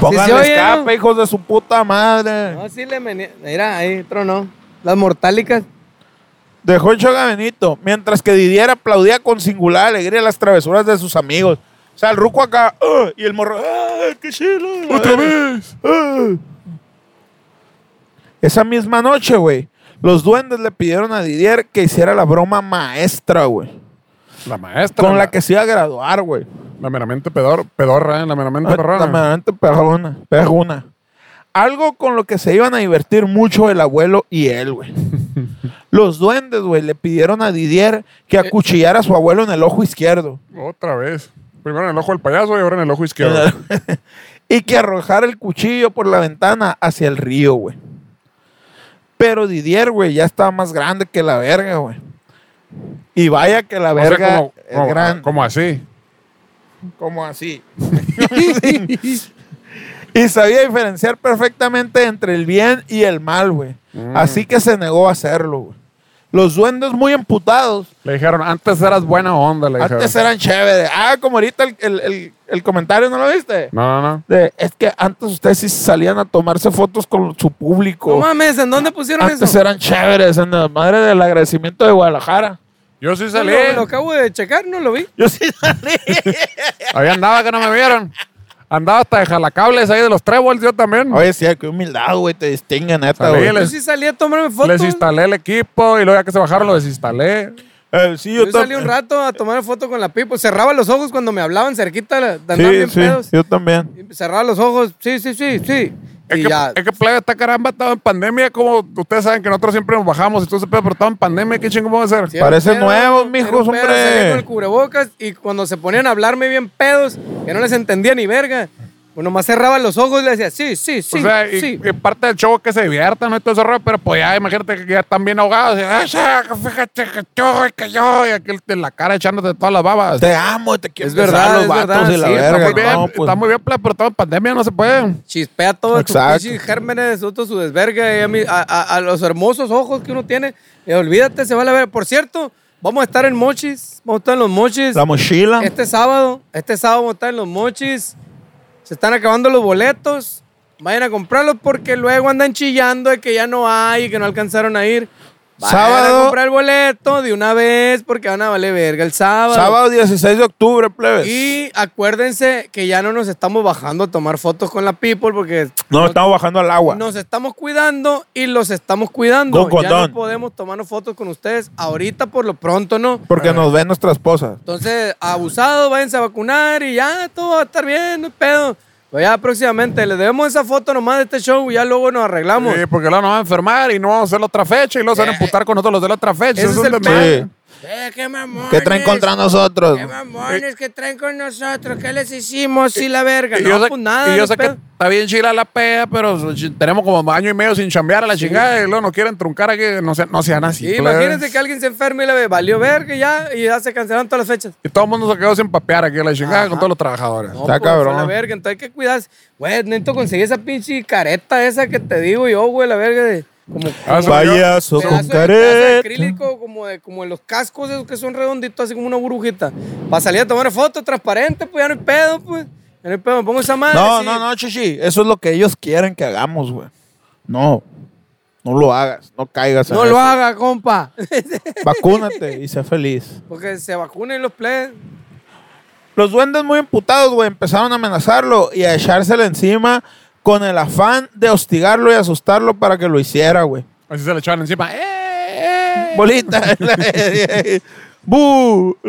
Speaker 3: Pónganle
Speaker 2: oye,
Speaker 3: escape,
Speaker 2: ¿no?
Speaker 3: hijos de su puta madre.
Speaker 2: No, sí le venía. Mira, ahí tronó. Las mortálicas.
Speaker 3: Dejó en shock a Benito, mientras que Didier aplaudía con singular alegría las travesuras de sus amigos. O sea, el ruco acá, "Ah", y el morro, ¡ah, qué chido!
Speaker 1: ¡Otra vez!
Speaker 3: ¡Ah! Esa misma noche, güey, los duendes le pidieron a Didier que hiciera la broma maestra, güey.
Speaker 1: La maestra.
Speaker 3: Con la que se iba a graduar, güey.
Speaker 1: La meramente pedor, pedorra, ¿eh? La meramente
Speaker 3: La
Speaker 1: pedorra.
Speaker 3: meramente pegona, pegona. Algo con lo que se iban a divertir mucho el abuelo y
Speaker 1: (laughs)
Speaker 3: él, güey. Los duendes, güey, le pidieron a Didier
Speaker 1: Eh.
Speaker 3: que acuchillara a su abuelo en el ojo izquierdo.
Speaker 1: Otra vez. Primero en el ojo del payaso y ahora en el ojo izquierdo.
Speaker 3: (laughs) y que arrojara el cuchillo por la ventana hacia el río, güey. Pero Didier, güey, ya estaba más grande que la verga, güey. Y vaya que la
Speaker 1: O sea,
Speaker 3: verga
Speaker 1: como,
Speaker 3: es
Speaker 1: como-
Speaker 3: grande.
Speaker 1: como así.
Speaker 3: Como así. (laughs) y sabía diferenciar perfectamente entre el bien y el mal, güey. Así que se negó a hacerlo, güey. Los duendes muy emputados.
Speaker 1: Le dijeron, antes eras buena onda, le dijeron.
Speaker 3: Antes eran chéveres. Ah, como ahorita el, el- el- el comentario, ¿no lo viste?
Speaker 1: No, no, no.
Speaker 3: De, es que antes ustedes sí salían a tomarse fotos con su
Speaker 2: No
Speaker 3: público.
Speaker 2: mames, ¿en dónde pusieron
Speaker 3: antes
Speaker 2: eso?
Speaker 3: eran chéveres. En la madre del agradecimiento de Guadalajara.
Speaker 1: Yo sí
Speaker 2: Lo,
Speaker 1: salí.
Speaker 2: lo acabo de checar, no lo vi.
Speaker 3: Yo sí salí.
Speaker 1: (laughs) Ahí andaba que no me vieron. Andaba hasta de jalacables ahí de los tréboles, yo también.
Speaker 3: Oye, sí, qué humildad, güey. Te distinguen, neta,
Speaker 1: Salí,
Speaker 3: güey.
Speaker 1: le-
Speaker 2: Yo sí salí a tomarme fotos.
Speaker 1: Les instalé el equipo y luego ya que se bajaron lo desinstalé.
Speaker 3: Eh, sí,
Speaker 2: Yo salí
Speaker 3: tam-
Speaker 2: un rato a tomar foto con la pipo. Cerraba los ojos cuando me hablaban cerquita, la- andaban
Speaker 3: Sí,
Speaker 2: bien
Speaker 3: sí,
Speaker 2: pedos.
Speaker 3: yo también.
Speaker 2: Cerraba los ojos. Sí, sí, sí, sí.
Speaker 1: Es
Speaker 2: Y
Speaker 1: que,
Speaker 2: ya.
Speaker 1: es que Playa está caramba, estaba en pandemia, como ustedes saben que nosotros siempre nos bajamos y todo ese pedo, pero estaba en pandemia, ¿qué chingo vamos a hacer?
Speaker 2: Cero
Speaker 3: Parecen
Speaker 2: pedo,
Speaker 3: nuevos,
Speaker 2: cero
Speaker 3: mijos,
Speaker 2: pedo,
Speaker 3: hombre.
Speaker 2: salía con el cubrebocas y cuando se ponían a hablarme bien pedos, que no les entendía ni verga. Uno más cerraba los ojos y le decía, sí, sí, sí,
Speaker 1: o sea, y,
Speaker 2: sí.
Speaker 1: y parte del show es que se diviertan, ¿no? Y todo ese rollo, pero pues ya imagínate que ya están bien ahogados. Y, "Ah, ya, fíjate que yo, y que yo, y aquel en la cara echándote todas las babas.
Speaker 3: Te amo, te quiero
Speaker 2: Es verdad,
Speaker 3: besar los
Speaker 2: es
Speaker 3: vatos
Speaker 2: verdad,
Speaker 3: y la
Speaker 2: sí, está
Speaker 3: verga.
Speaker 1: está, muy bien,
Speaker 3: no, pues,
Speaker 1: está muy bien, pla- pero estaba en pandemia, no se puede.
Speaker 2: Chispea todo tus
Speaker 3: Exacto.
Speaker 2: pinches gérmenes, todo su desverga y a, mí- a- a- a los hermosos ojos que uno tiene. Y olvídate, se va a la ver. Por cierto, vamos a estar en Mochis, vamos a estar en los Mochis.
Speaker 3: La mochila.
Speaker 2: Este sábado, este sábado vamos a estar en los mochis. Se están acabando los boletos. Vayan a comprarlos porque luego andan chillando de que ya no hay y que no alcanzaron a ir. Vayan
Speaker 3: Sábado.
Speaker 2: a comprar el boleto de una vez porque van a valer verga el sábado.
Speaker 3: Sábado 16 de octubre, plebes.
Speaker 2: Y acuérdense que ya no nos estamos bajando a tomar fotos con la people porque
Speaker 3: No, estamos bajando al agua.
Speaker 2: nos estamos cuidando y los estamos cuidando.
Speaker 3: Con
Speaker 2: ya
Speaker 3: condón.
Speaker 2: no podemos tomarnos fotos con ustedes ahorita por lo pronto, ¿no?
Speaker 3: Porque nos ven nuestra esposa.
Speaker 2: Entonces, abusado, váyanse a vacunar y ya todo va a estar bien, no hay pedo. Pues ya próximamente les debemos esa foto nomás de este show y ya luego nos arreglamos.
Speaker 1: Sí, porque luego nos van a enfermar y no vamos a hacer la otra fecha y luego se van a emputar con nosotros los de la otra fecha.
Speaker 2: Eh, Ese es
Speaker 1: Eso
Speaker 2: el
Speaker 1: de-
Speaker 2: plan.
Speaker 3: Sí.
Speaker 2: Eh, qué mamones.
Speaker 3: ¿Qué traen contra nosotros?
Speaker 2: Qué mamones que traen con nosotros, ¿qué les hicimos? Sí, la verga.
Speaker 1: Eh. Y
Speaker 2: No,
Speaker 1: yo sé,
Speaker 2: pues nada.
Speaker 1: y yo
Speaker 2: no
Speaker 1: sé que
Speaker 2: pedo.
Speaker 1: está bien chila la pea, pero ch- tenemos como año y medio sin chambear a la chingada y luego nos quieren truncar aquí. No, se- no sean así. pues.
Speaker 2: Sí,
Speaker 1: plebes.
Speaker 2: imagínense que alguien se enferme y le valió verga y ya, y ya se cancelaron todas las fechas.
Speaker 1: Y todo el mundo se quedó sin papear aquí a la chingada
Speaker 2: Ajá.
Speaker 1: con todos los trabajadores.
Speaker 2: No,
Speaker 3: Está
Speaker 2: pues,
Speaker 3: cabrón.
Speaker 2: a la verga, entonces hay que cuidarse. Güey, necesito conseguir esa pinche careta esa que te digo yo, güey, la verga de... Como,
Speaker 1: Ah,
Speaker 2: como-
Speaker 3: Payaso
Speaker 2: pedazo de-
Speaker 3: con
Speaker 2: pedazo de
Speaker 3: careta.
Speaker 2: acrílico como de como de los cascos esos que son redonditos así como una burbujita para salir a tomar fotos transparente pues ya no hay pedo pues ya no hay pedo me pongo esa madre
Speaker 3: No,
Speaker 2: sí.
Speaker 3: no, no, Chichi. Eso es lo que ellos quieren que hagamos, güey. No. No lo hagas. No caigas. en
Speaker 2: no lo
Speaker 3: eso.
Speaker 2: haga compa
Speaker 3: Vacúnate y sé feliz.
Speaker 2: porque se vacunen los plebes
Speaker 3: Los duendes muy imputados, güey, empezaron a amenazarlo y a echársele encima con el afán de hostigarlo y asustarlo para que lo hiciera, güey.
Speaker 1: Así se le echaban encima. ¡Eh, eh!
Speaker 3: Bolita. (laughs) ¡Bu! (laughs)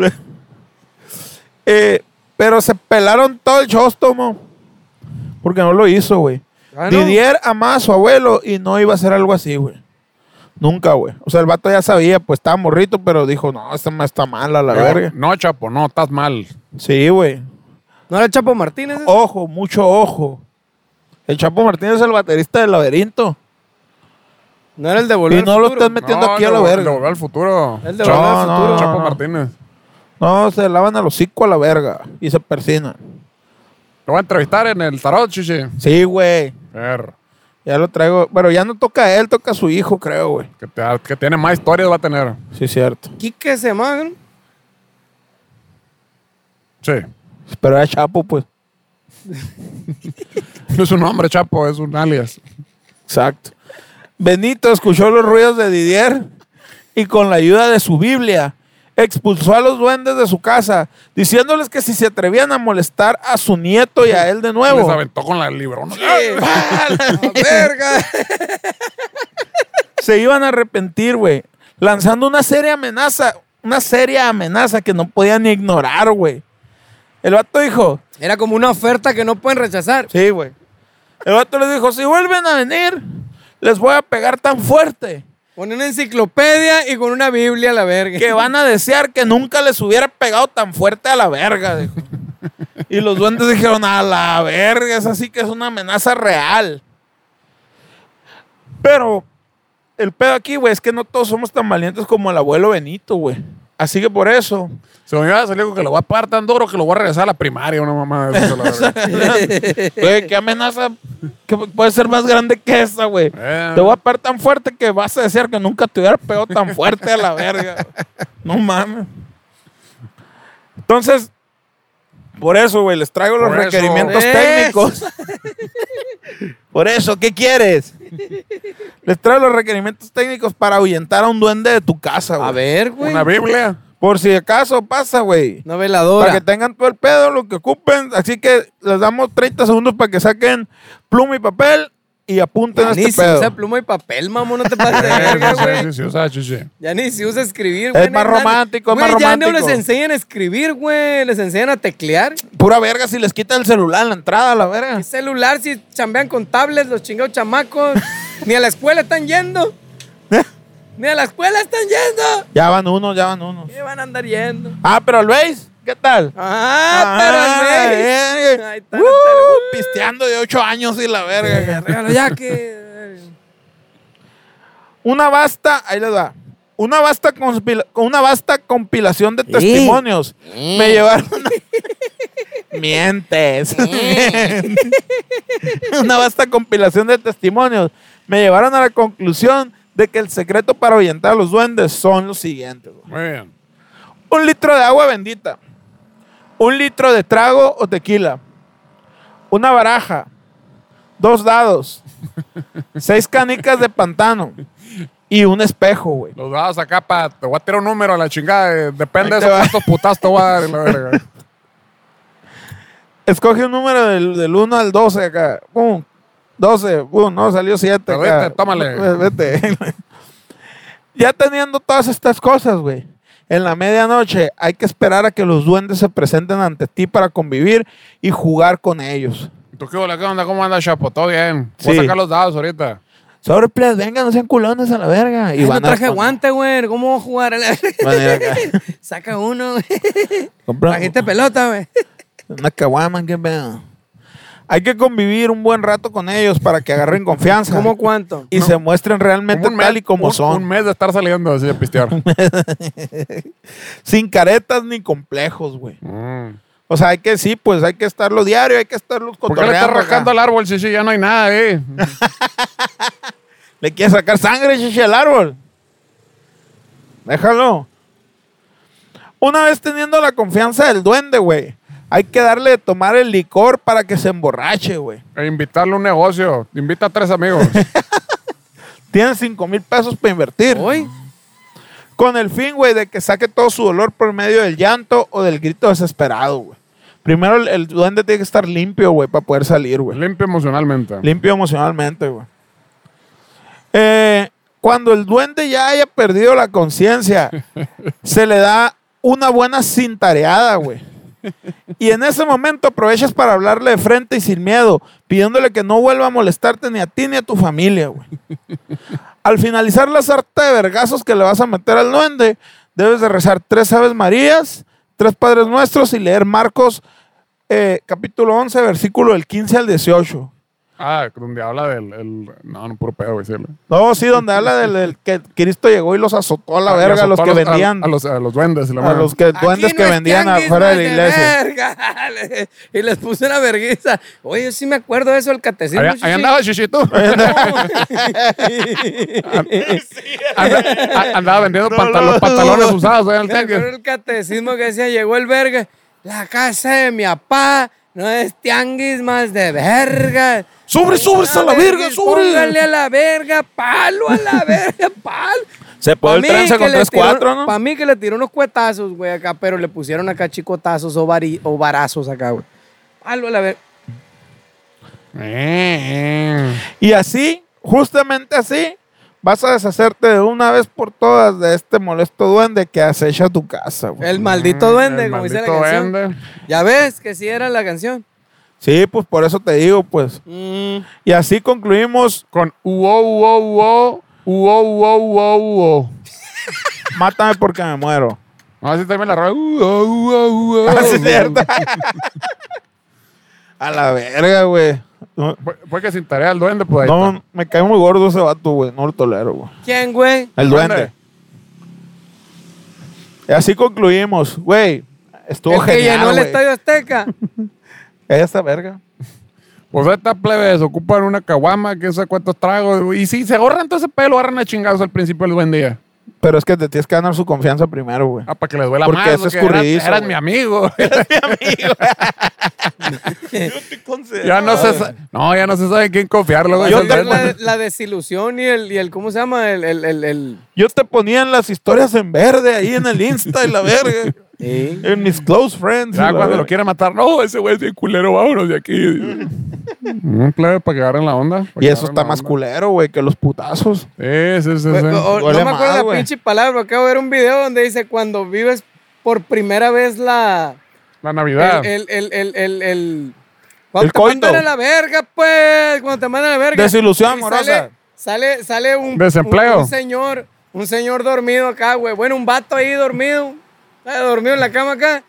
Speaker 3: Eh, pero se pelaron todo el chóstomo porque no lo hizo, güey.
Speaker 2: Ah, ¿no?
Speaker 3: Didier amaba a su abuelo y no iba a hacer algo así, güey. Nunca, güey. O sea, el vato ya sabía, pues estaba morrito, pero dijo, no, esta ma está mala, la verga.
Speaker 1: No, chapo, no, estás mal.
Speaker 3: Sí, güey.
Speaker 2: no era el Chapo Martínez ese?
Speaker 3: Ojo, mucho ojo. El Chapo Martínez es el baterista del laberinto.
Speaker 2: no era el de volver
Speaker 3: Y no
Speaker 2: al
Speaker 3: lo
Speaker 2: Futuro?
Speaker 3: estás metiendo
Speaker 1: no,
Speaker 3: aquí a la
Speaker 1: le-
Speaker 3: verga.
Speaker 1: le volvió al futuro.
Speaker 2: El de
Speaker 3: No,
Speaker 2: Volver al
Speaker 3: no,
Speaker 2: Futuro.
Speaker 1: Chapo
Speaker 3: no.
Speaker 1: Martínez.
Speaker 3: No, se lavan a los cinco a la verga y se persinan.
Speaker 1: Lo voy a entrevistar en el tarot, chiche.
Speaker 3: Sí, güey.
Speaker 1: Ver,
Speaker 3: Ya lo traigo. Pero ya no toca a él, toca a su hijo, creo, güey.
Speaker 1: que, te- que tiene más historias va a tener.
Speaker 3: Sí, cierto.
Speaker 2: Quique se
Speaker 3: (laughs)
Speaker 2: llama ¿no?
Speaker 1: Sí.
Speaker 3: Pero era Chapo, pues.
Speaker 1: No es un nombre, chapo, es un alias.
Speaker 3: Exacto. Benito escuchó los ruidos de Didier y con la ayuda de su Biblia expulsó a los duendes de su casa, diciéndoles que si se atrevían a molestar a su nieto y a él de
Speaker 1: Les
Speaker 3: nuevo,
Speaker 1: aventó con la librona.
Speaker 2: Eh, ¡ah, la (laughs) verga
Speaker 3: se iban a arrepentir, güey. Lanzando una seria amenaza, una seria amenaza que no podían ignorar, güey. El vato dijo,
Speaker 2: era como una oferta que no pueden rechazar
Speaker 3: sí, güey. El vato les dijo, si vuelven a venir, les voy a pegar tan fuerte
Speaker 2: con una enciclopedia y con una biblia a la verga
Speaker 3: que van a desear que nunca les hubiera pegado tan fuerte a la verga, dijo. Y los duendes dijeron, a la verga, esa sí que es una amenaza real. Pero el pedo aquí, güey, es que no todos somos tan valientes como el abuelo Benito, güey. Así que por eso,
Speaker 1: Se me iba a salir con que lo voy a pagar tan duro que lo voy a regresar a la primaria, una mamá. de esas, la verga.
Speaker 3: (laughs) güey, qué amenaza que puede ser más grande que esa, güey.
Speaker 1: Eh.
Speaker 3: Te voy a pegar tan fuerte que vas a desear que nunca te hubiera pegado tan fuerte a la verga. No mames. Entonces, por eso, güey, les traigo los
Speaker 1: Por eso.
Speaker 3: requerimientos
Speaker 2: Eh.
Speaker 3: técnicos. por eso, ¿qué quieres? les traigo los requerimientos técnicos para ahuyentar a un duende de tu casa, güey.
Speaker 2: a ver güey
Speaker 1: Una Biblia.
Speaker 3: Por si acaso pasa, güey.
Speaker 2: una veladora
Speaker 3: Para que tengan todo el pedo, lo que ocupen. Así que les damos 30 segundos para que saquen pluma y papel y apunten
Speaker 2: Ya ni
Speaker 3: este
Speaker 2: si
Speaker 3: pedo. (laughs)
Speaker 2: usa pluma y papel, mamón, no te pases de
Speaker 1: Sí,
Speaker 2: verga,
Speaker 1: sí,
Speaker 2: güey.
Speaker 1: sí, sí, o sea, sí, sí.
Speaker 2: Ya ni si usa escribir,
Speaker 3: Es
Speaker 2: güey.
Speaker 3: más
Speaker 2: Ya no-
Speaker 3: romántico, es más
Speaker 2: Güey, Ya no
Speaker 3: romántico.
Speaker 2: les enseñan a escribir, güey. Les enseñan a teclear.
Speaker 3: pura verga si les quita el celular en la entrada, la verga.
Speaker 2: ¿Qué celular si chambean con tablets los chingados
Speaker 3: (laughs)
Speaker 2: chamacos? Ni a la escuela están yendo.
Speaker 3: ¿Eh?
Speaker 2: Ni a la escuela están yendo.
Speaker 3: Ya van unos, ya van unos.
Speaker 2: ¿Qué van a andar yendo?
Speaker 3: Ah, pero Luis, ¿qué tal?
Speaker 2: Ah, pero Luis.
Speaker 3: eh, eh.
Speaker 2: Ahí está,
Speaker 3: Uh,
Speaker 2: está
Speaker 3: pisteando de 8 años y la verga.
Speaker 2: Regalo ya que.
Speaker 3: Una vasta, ahí les va. Una vasta, conspila- una vasta compilación de testimonios. Me llevaron. una- (laughs) Mientes. (laughs) una vasta compilación de testimonios. Me llevaron a la conclusión de que el secreto para ahuyentar a los duendes son los siguientes. güey.
Speaker 1: Muy bien.
Speaker 3: Un litro de agua bendita. Un litro de trago o tequila. Una baraja.
Speaker 1: (laughs)
Speaker 3: Dos dados. seis canicas de pantano. Y un espejo, güey.
Speaker 1: Los dados acá para. Te voy a tirar un número a la chingada. eh, Depende
Speaker 3: Ahí
Speaker 1: de
Speaker 3: te va.
Speaker 1: cuántos putas te voy a
Speaker 3: (laughs)
Speaker 1: dar. y La verga.
Speaker 3: Escoge un número del, del 1 al 12 acá. Pum. 12. Pum. No, salió 7.
Speaker 1: Pero
Speaker 3: acá.
Speaker 1: vete, tómale.
Speaker 3: Ve- (laughs) Vete. ya teniendo todas estas cosas, güey. En la medianoche hay que esperar a que los duendes se presenten ante ti para convivir y jugar con ellos.
Speaker 1: ¿Tú qué hola? ¿Qué onda? ¿Cómo anda, Chapo? ¿Todo bien? Voy
Speaker 3: Sí.
Speaker 1: a sacar los dados ahorita.
Speaker 3: Sobre, please, vengan, no sean culones a la verga. (laughs) Y
Speaker 2: Ay,
Speaker 3: van
Speaker 2: no
Speaker 3: a
Speaker 2: traje
Speaker 3: responder.
Speaker 2: guante, güey. ¿Cómo voy a jugar? (laughs)
Speaker 3: Van a ir
Speaker 1: (laughs)
Speaker 3: acá.
Speaker 2: Saca uno, güey.
Speaker 3: Compra
Speaker 2: Trajiste pelota,
Speaker 3: (laughs)
Speaker 2: güey.
Speaker 3: una caguama, qué pedo. Hay que convivir un buen rato con ellos para que agarren confianza.
Speaker 2: ¿Cómo cuánto?
Speaker 3: y se muestren realmente
Speaker 1: un mes-
Speaker 3: tal y como
Speaker 1: un-
Speaker 3: son.
Speaker 1: Un mes de estar saliendo así de
Speaker 3: (laughs)
Speaker 1: pistear.
Speaker 3: Sin caretas ni complejos, güey.
Speaker 1: Mm.
Speaker 3: O sea, hay que sí, pues hay que estarlo diario, hay que estarlo
Speaker 1: ¿Por qué le estás
Speaker 3: cotorreando acá.
Speaker 1: rascando al árbol, Shishi? Ya no hay nada, eh.
Speaker 3: ¿Le quieres sacar sangre, chichi, al árbol? Déjalo. Una vez teniendo la confianza del duende, güey, hay que darle de tomar el licor para que se emborrache, güey.
Speaker 1: E invitarle a un negocio. Invita a tres
Speaker 3: (laughs)
Speaker 1: amigos.
Speaker 3: Tienen 5 mil pesos para invertir.
Speaker 2: Hoy.
Speaker 3: Con el fin, güey, de que saque todo su dolor por medio del llanto o del grito desesperado, güey. Primero, el, el duende tiene que estar limpio, güey, para poder salir, güey.
Speaker 1: Limpio emocionalmente.
Speaker 3: Limpio emocionalmente, güey. Eh, cuando el duende ya haya perdido la conciencia, se le da una buena cintareada, güey. Y en ese momento aprovechas para hablarle de frente y sin miedo, pidiéndole que no vuelva a molestarte ni a ti ni a tu familia, güey. Al finalizar la sarta de vergazos que le vas a meter al duende, debes de rezar tres Aves Marías, tres Padres Nuestros y leer Marcos eh, capítulo 11, versículo del 15 al 18.
Speaker 1: Ah, donde habla del. el- No, no, puro pedo, güey. sí.
Speaker 3: No, sí, donde habla del, del que Cristo llegó Ah, y los azotó a la
Speaker 1: Y
Speaker 3: verga a los
Speaker 1: azotó
Speaker 3: que vendían.
Speaker 1: A, los, a los duendes. y la madre.
Speaker 3: que duendes
Speaker 2: Aquí no
Speaker 3: que
Speaker 2: es
Speaker 3: vendían
Speaker 2: tianguis,
Speaker 3: afuera de la
Speaker 2: no es
Speaker 3: iglesia.
Speaker 2: verga. y les puse una vergüenza. Oye, yo sí me acuerdo de eso, el catecismo.
Speaker 1: Ahí,
Speaker 2: chichi.
Speaker 1: ahí
Speaker 2: (laughs)
Speaker 1: andaba Shishi,
Speaker 3: (laughs)
Speaker 1: tú. Anda- a- andaba vendiendo pantal-
Speaker 3: no, no.
Speaker 1: pantalones usados
Speaker 3: (laughs)
Speaker 1: ahí en el
Speaker 2: Me acuerdo
Speaker 1: tanque.
Speaker 2: el catecismo que decía, llegó el verga, la casa de mi papá no es tianguis más de verga.
Speaker 3: Sobre, sobres a la verga,
Speaker 2: vergüenza,
Speaker 3: sobre.
Speaker 2: Póngale a la verga, palo a la verga, palo.
Speaker 3: Se puede el trance con 3-4, ¿no?
Speaker 2: Para mí que le tiró unos cuetazos, güey, acá, pero le pusieron acá chicotazos o, vari- o varazos acá, güey. Palo a la verga.
Speaker 1: Eh, eh.
Speaker 3: Y así, justamente así, vas a deshacerte de una vez por todas de este molesto duende que acecha tu casa, güey.
Speaker 2: El maldito duende,
Speaker 1: Mm, El
Speaker 2: como dice la
Speaker 1: maldito
Speaker 2: canción.
Speaker 1: duende.
Speaker 2: Ya ves que sí era la canción.
Speaker 3: Sí, pues por eso te digo, pues.
Speaker 2: Mm.
Speaker 3: Y así concluimos,
Speaker 1: Con uo, uo, uo, uo, uo, uo, uo.
Speaker 3: mátame porque me
Speaker 2: (laughs)
Speaker 3: muero.
Speaker 1: No, así también la rola. Uo, uo, uo,
Speaker 3: (laughs) Ah, sí,
Speaker 1: uo.
Speaker 3: cierto. a la verga, güey. No,
Speaker 1: Fue, fue que sin tarea el duende, pues ahí está.
Speaker 3: no, me cae muy gordo ese vato, güey. No lo tolero, güey.
Speaker 2: ¿Quién, güey?
Speaker 3: El
Speaker 1: Duende.
Speaker 3: duende. Y así concluimos, güey. Estuvo
Speaker 2: El que
Speaker 3: genial,
Speaker 2: llenó el
Speaker 3: güey.
Speaker 2: Estadio
Speaker 3: (laughs)
Speaker 2: Azteca.
Speaker 3: Esa verga.
Speaker 1: Pues estas plebes ocupan una caguama, que sé cuántos tragos. Y si se ahorran todo ese pelo, agarran a chingados al principio del buen día.
Speaker 3: Pero es que te tienes que ganar su confianza primero, güey.
Speaker 1: Ah, para que les duela
Speaker 3: Porque
Speaker 1: más.
Speaker 3: es
Speaker 1: porque
Speaker 3: escurridizo,
Speaker 1: Eras, eras
Speaker 3: güey.
Speaker 1: mi amigo. (laughs) ya no se sa- No, ya no se sabe en quién confiarlo. güey.
Speaker 3: Yo
Speaker 1: Ese
Speaker 3: te-
Speaker 1: duende.
Speaker 2: la, la desilusión y el, y el, ¿cómo se llama? El, el, el, el-
Speaker 3: Yo te ponía en las historias en verde ahí en el Insta y la verga. En mis close friends. y
Speaker 1: Ya
Speaker 3: la
Speaker 1: cuando lo
Speaker 3: verga.
Speaker 1: quiere matar, no, ese güey es bien culero, vámonos de aquí. Un plebe para que agarren la onda. para que
Speaker 3: Y eso
Speaker 1: agarren
Speaker 3: está
Speaker 1: la
Speaker 3: más
Speaker 1: onda.
Speaker 3: culero, güey, que los putazos.
Speaker 1: Sí, sí, sí.
Speaker 2: Güey,
Speaker 1: sí.
Speaker 2: o- no me
Speaker 3: Duele
Speaker 2: acuerdo
Speaker 3: más,
Speaker 2: la
Speaker 3: güey.
Speaker 2: pinche palabra. Acabo de ver un video donde dice cuando vives por primera vez la,
Speaker 1: La Navidad.
Speaker 2: El, el, el, el, el- Cuando
Speaker 3: El
Speaker 2: te
Speaker 3: coito.
Speaker 2: mandan a la verga, pues. Cuando te mandan a la verga.
Speaker 3: Desilusión
Speaker 2: Ahí
Speaker 3: amorosa.
Speaker 2: Sale, sale, sale un.
Speaker 1: Desempleo.
Speaker 2: Un, un señor, un señor dormido acá, güey. Bueno, un vato ahí dormido. está Dormido en la cama acá.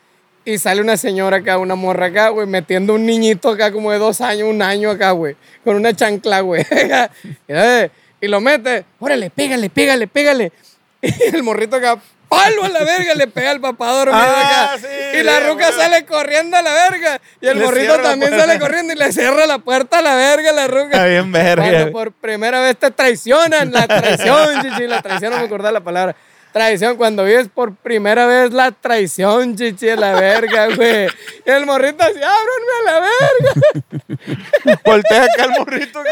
Speaker 2: Y sale una señora acá, una morra acá, güey, metiendo un niñito acá como de dos años, un año acá, güey. Con una chancla, güey. (laughs) Eh, y lo mete. Órale, pégale, pégale, pégale. (laughs) Y el morrito acá. Palo a la verga, le pega al papá dormido
Speaker 3: Ah,
Speaker 2: acá.
Speaker 3: sí,
Speaker 2: y la
Speaker 3: bien,
Speaker 2: ruca
Speaker 3: bueno.
Speaker 2: sale corriendo a la verga. Y el
Speaker 3: Le
Speaker 2: morrito
Speaker 3: cierra la
Speaker 2: también
Speaker 3: puerta.
Speaker 2: sale corriendo y le cierra la puerta a la verga, la ruca.
Speaker 3: Está bien verga.
Speaker 2: Cuando por primera vez te traicionan, la traición, (laughs) chichi, la traición, no me acordaba la palabra. Traición, cuando vives por primera vez la traición, chichi, la verga, güey. Y el morrito así, ábranme a la verga.
Speaker 3: Voltea acá el morrito acá,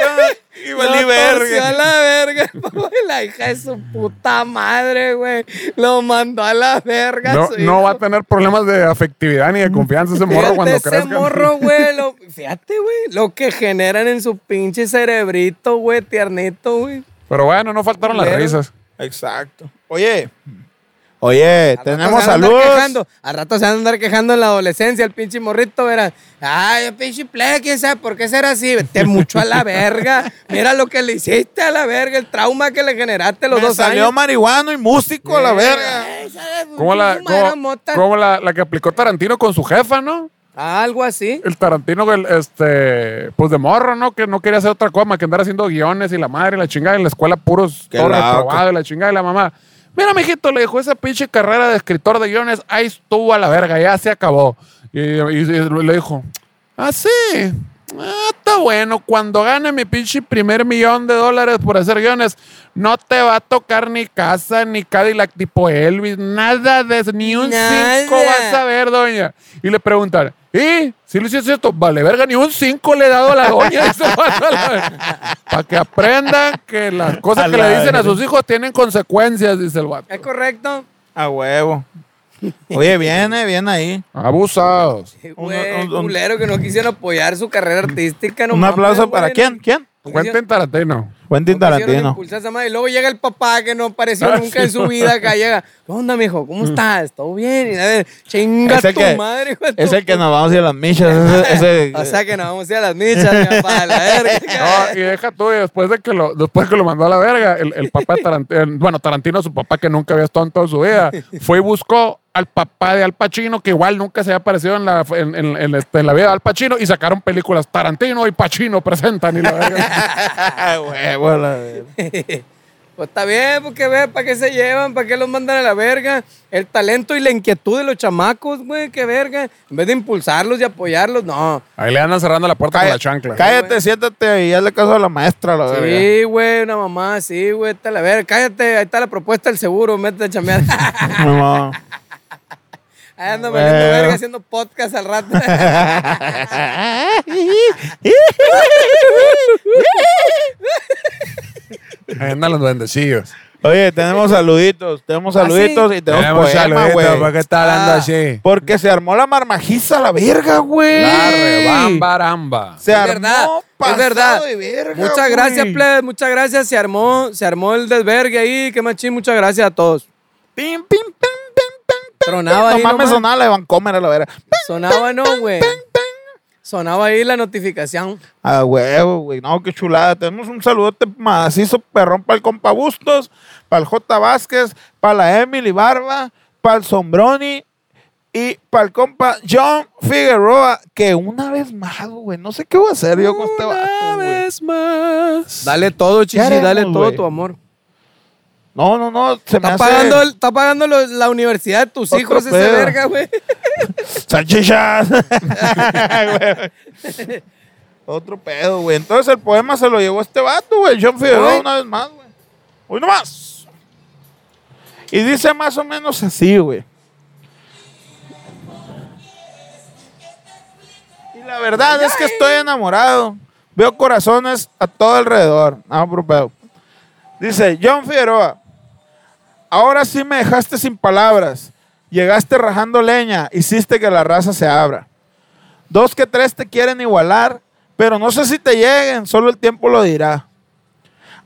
Speaker 3: y valí
Speaker 2: Lo torció a
Speaker 3: verga.
Speaker 2: la verga, (laughs) papá, y la hija de su puta madre, güey. Lo mandó a la verga.
Speaker 1: no,
Speaker 2: su
Speaker 1: no
Speaker 2: hijo.
Speaker 1: va a tener problemas de afectividad ni de confianza
Speaker 2: (laughs)
Speaker 1: ese morro
Speaker 2: Fíjate
Speaker 1: cuando
Speaker 2: ese
Speaker 1: crezca.
Speaker 3: (laughs)
Speaker 2: morro, güey. lo- Fíjate, güey. Lo que generan en su pinche cerebrito, güey, tiernito, güey.
Speaker 1: Pero bueno, no faltaron las
Speaker 2: Culero.
Speaker 1: risas.
Speaker 3: Exacto. Oye. Oye,
Speaker 2: Al rato
Speaker 3: tenemos
Speaker 2: se van a andar
Speaker 3: salud.
Speaker 2: quejando, Al rato se van a andar quejando en la adolescencia, el pinche morrito, verás. Ay, el pinche play, quién sabe por qué será así. Te mucho a
Speaker 3: (laughs)
Speaker 2: la verga. Mira lo que le hiciste a la verga, el trauma que le generaste a los
Speaker 3: Me
Speaker 2: dos
Speaker 3: salió
Speaker 2: años.
Speaker 3: marihuano y músico a la verga.
Speaker 2: Ay, ¿sabes?
Speaker 1: Como la,
Speaker 2: Fuma, era
Speaker 1: como,
Speaker 2: mota.
Speaker 1: como la, la que aplicó Tarantino con su jefa, ¿no?
Speaker 2: Algo así.
Speaker 1: El Tarantino, el, este, pues de morro, ¿no? Que no quería hacer otra cosa más que andar haciendo guiones y la madre y la chingada en la escuela puros
Speaker 3: Qué
Speaker 1: todo
Speaker 3: loco.
Speaker 1: reprobado y la chingada y la mamá. Mira, mijito, le dijo esa pinche carrera de escritor de guiones, ahí estuvo a la verga, ya se acabó. Y, y- y le dijo, ah, sí, Ah, está bueno, cuando gane mi pinche primer millón de dólares por hacer guiones, no te va a tocar ni casa, ni Cadillac tipo Elvis, nada de eso, ni un
Speaker 2: Nada.
Speaker 1: cinco vas a ver, doña. Y le preguntan, ¿y si lo hiciste esto? Vale, verga, ni un cinco le he dado a la doña. (laughs) Para que aprendan que las cosas
Speaker 3: A
Speaker 1: que
Speaker 3: la
Speaker 1: le dicen a
Speaker 3: verga.
Speaker 1: sus hijos tienen consecuencias, dice el vato.
Speaker 2: ¿Es correcto?
Speaker 3: A huevo. Oye, viene, viene ahí.
Speaker 1: Abusados.
Speaker 2: Güey,
Speaker 3: un- un-
Speaker 2: culero que no quisieron apoyar su carrera artística. No
Speaker 3: Un
Speaker 2: mames,
Speaker 3: aplauso para
Speaker 2: güey,
Speaker 3: quién,
Speaker 2: no-
Speaker 3: quién.
Speaker 2: no
Speaker 1: Cuenten
Speaker 2: quisieron-
Speaker 1: Tarantino.
Speaker 2: no
Speaker 3: Quentin
Speaker 2: quisieron
Speaker 3: Tarantino.
Speaker 2: impulsar esa madre. Y luego llega el papá que no apareció
Speaker 1: Ah,
Speaker 2: nunca
Speaker 1: sí,
Speaker 2: en su vida acá.
Speaker 3: (laughs)
Speaker 2: Llega, ¿qué onda, mijo? ¿Cómo estás? ¿Todo bien? Y a ver, chinga
Speaker 3: Mm. Es el
Speaker 2: tu
Speaker 3: que-
Speaker 2: madre, hijo de
Speaker 3: Es
Speaker 2: tu
Speaker 3: el que nos vamos a ir a las michas. ese- ese-
Speaker 2: O sea que nos vamos a ir a las michas, mi papá, a la
Speaker 3: (laughs)
Speaker 2: verga.
Speaker 1: No, y deja tú, y después de que lo, después que lo mandó a la verga, el, el papá de Tarantino, bueno, Tarantino, su papá que nunca había estado en toda su vida, fue y buscó al papá de Al Pacino, que igual nunca se había aparecido en la, en, en- en este, en la vida de Al Pacino, y sacaron películas Tarantino y Pacino presentan y la verga.
Speaker 3: A Ah, huevo, a la verga.
Speaker 2: Pues está bien, porque ve, ¿para qué se llevan? ¿Para qué los mandan a la verga? El talento y la inquietud de los chamacos, güey, qué verga. En vez de impulsarlos y apoyarlos, no.
Speaker 1: Ahí le andan cerrando la puerta con la
Speaker 3: Cállate,
Speaker 1: chancla.
Speaker 3: cállate, siéntate y hazle caso a la maestra, la verga.
Speaker 2: Sí, güey, una mamá, sí, güey, está la verga. Cállate, ahí está la propuesta del seguro, métete a chambear. (laughs)
Speaker 3: No, no.
Speaker 2: Ahí ando
Speaker 3: Güey.
Speaker 2: valiendo verga haciendo podcast al rato.
Speaker 3: (laughs)
Speaker 1: Ahí andan los duendecillos.
Speaker 3: Oye, tenemos saluditos, tenemos
Speaker 2: ¿Ah, sí?
Speaker 3: saluditos y tenemos, poemas, güey. Ah.
Speaker 1: está
Speaker 2: hablando así?
Speaker 3: Porque se armó la marmajiza, la verga, güey.
Speaker 1: La rebambaramba.
Speaker 3: Se
Speaker 2: es verdad,
Speaker 3: armó
Speaker 2: es
Speaker 3: pasado
Speaker 2: verdad.
Speaker 3: de verga,
Speaker 2: muchas
Speaker 3: güey.
Speaker 2: gracias, plebes, muchas gracias. Se armó, se armó el desvergue ahí, qué machín, muchas gracias a todos.
Speaker 3: Pim, pim, pim, pim, pim, pim.
Speaker 2: Tronaba
Speaker 3: no
Speaker 2: ahí
Speaker 3: mames,
Speaker 2: nomás.
Speaker 3: sonaba la de Vancomer a la verga. Pim,
Speaker 2: Sonaba no, güey.
Speaker 3: pim.
Speaker 2: Sonaba ahí la notificación.
Speaker 3: Ah, huevo, güey. No, qué chulada. Tenemos un saludote macizo, perrón, para el compa Bustos, para el J. Vázquez, para la Emily Barba, para el Sombroni y para el compa John Figueroa, que una vez más, güey. No sé qué voy a hacer yo con este vato, güey.
Speaker 1: más.
Speaker 2: Dale todo, chichi,
Speaker 3: haremos,
Speaker 2: dale todo
Speaker 3: güey?
Speaker 2: tu amor.
Speaker 3: No, no, no. Se me
Speaker 2: Está
Speaker 3: hace...
Speaker 2: pagando, el- está pagando lo- la universidad de tus
Speaker 3: Otro
Speaker 2: hijos ese
Speaker 3: pedo.
Speaker 2: verga, güey. (laughs)
Speaker 3: ¡Salchichas! (laughs) Güey. Otro pedo, güey. Entonces el poema se lo llevó este vato, güey. John Figueroa
Speaker 2: Ay.
Speaker 3: una vez más, güey. Hoy nomás. Y dice más o menos así, güey. Y la verdad es que estoy enamorado. Veo corazones a todo alrededor. Ah, puro pedo. Dice John Figueroa. Ahora sí me dejaste sin palabras. Llegaste rajando leña, hiciste que la raza se abra. Dos que tres te quieren igualar, pero no sé si te lleguen, solo el tiempo lo dirá.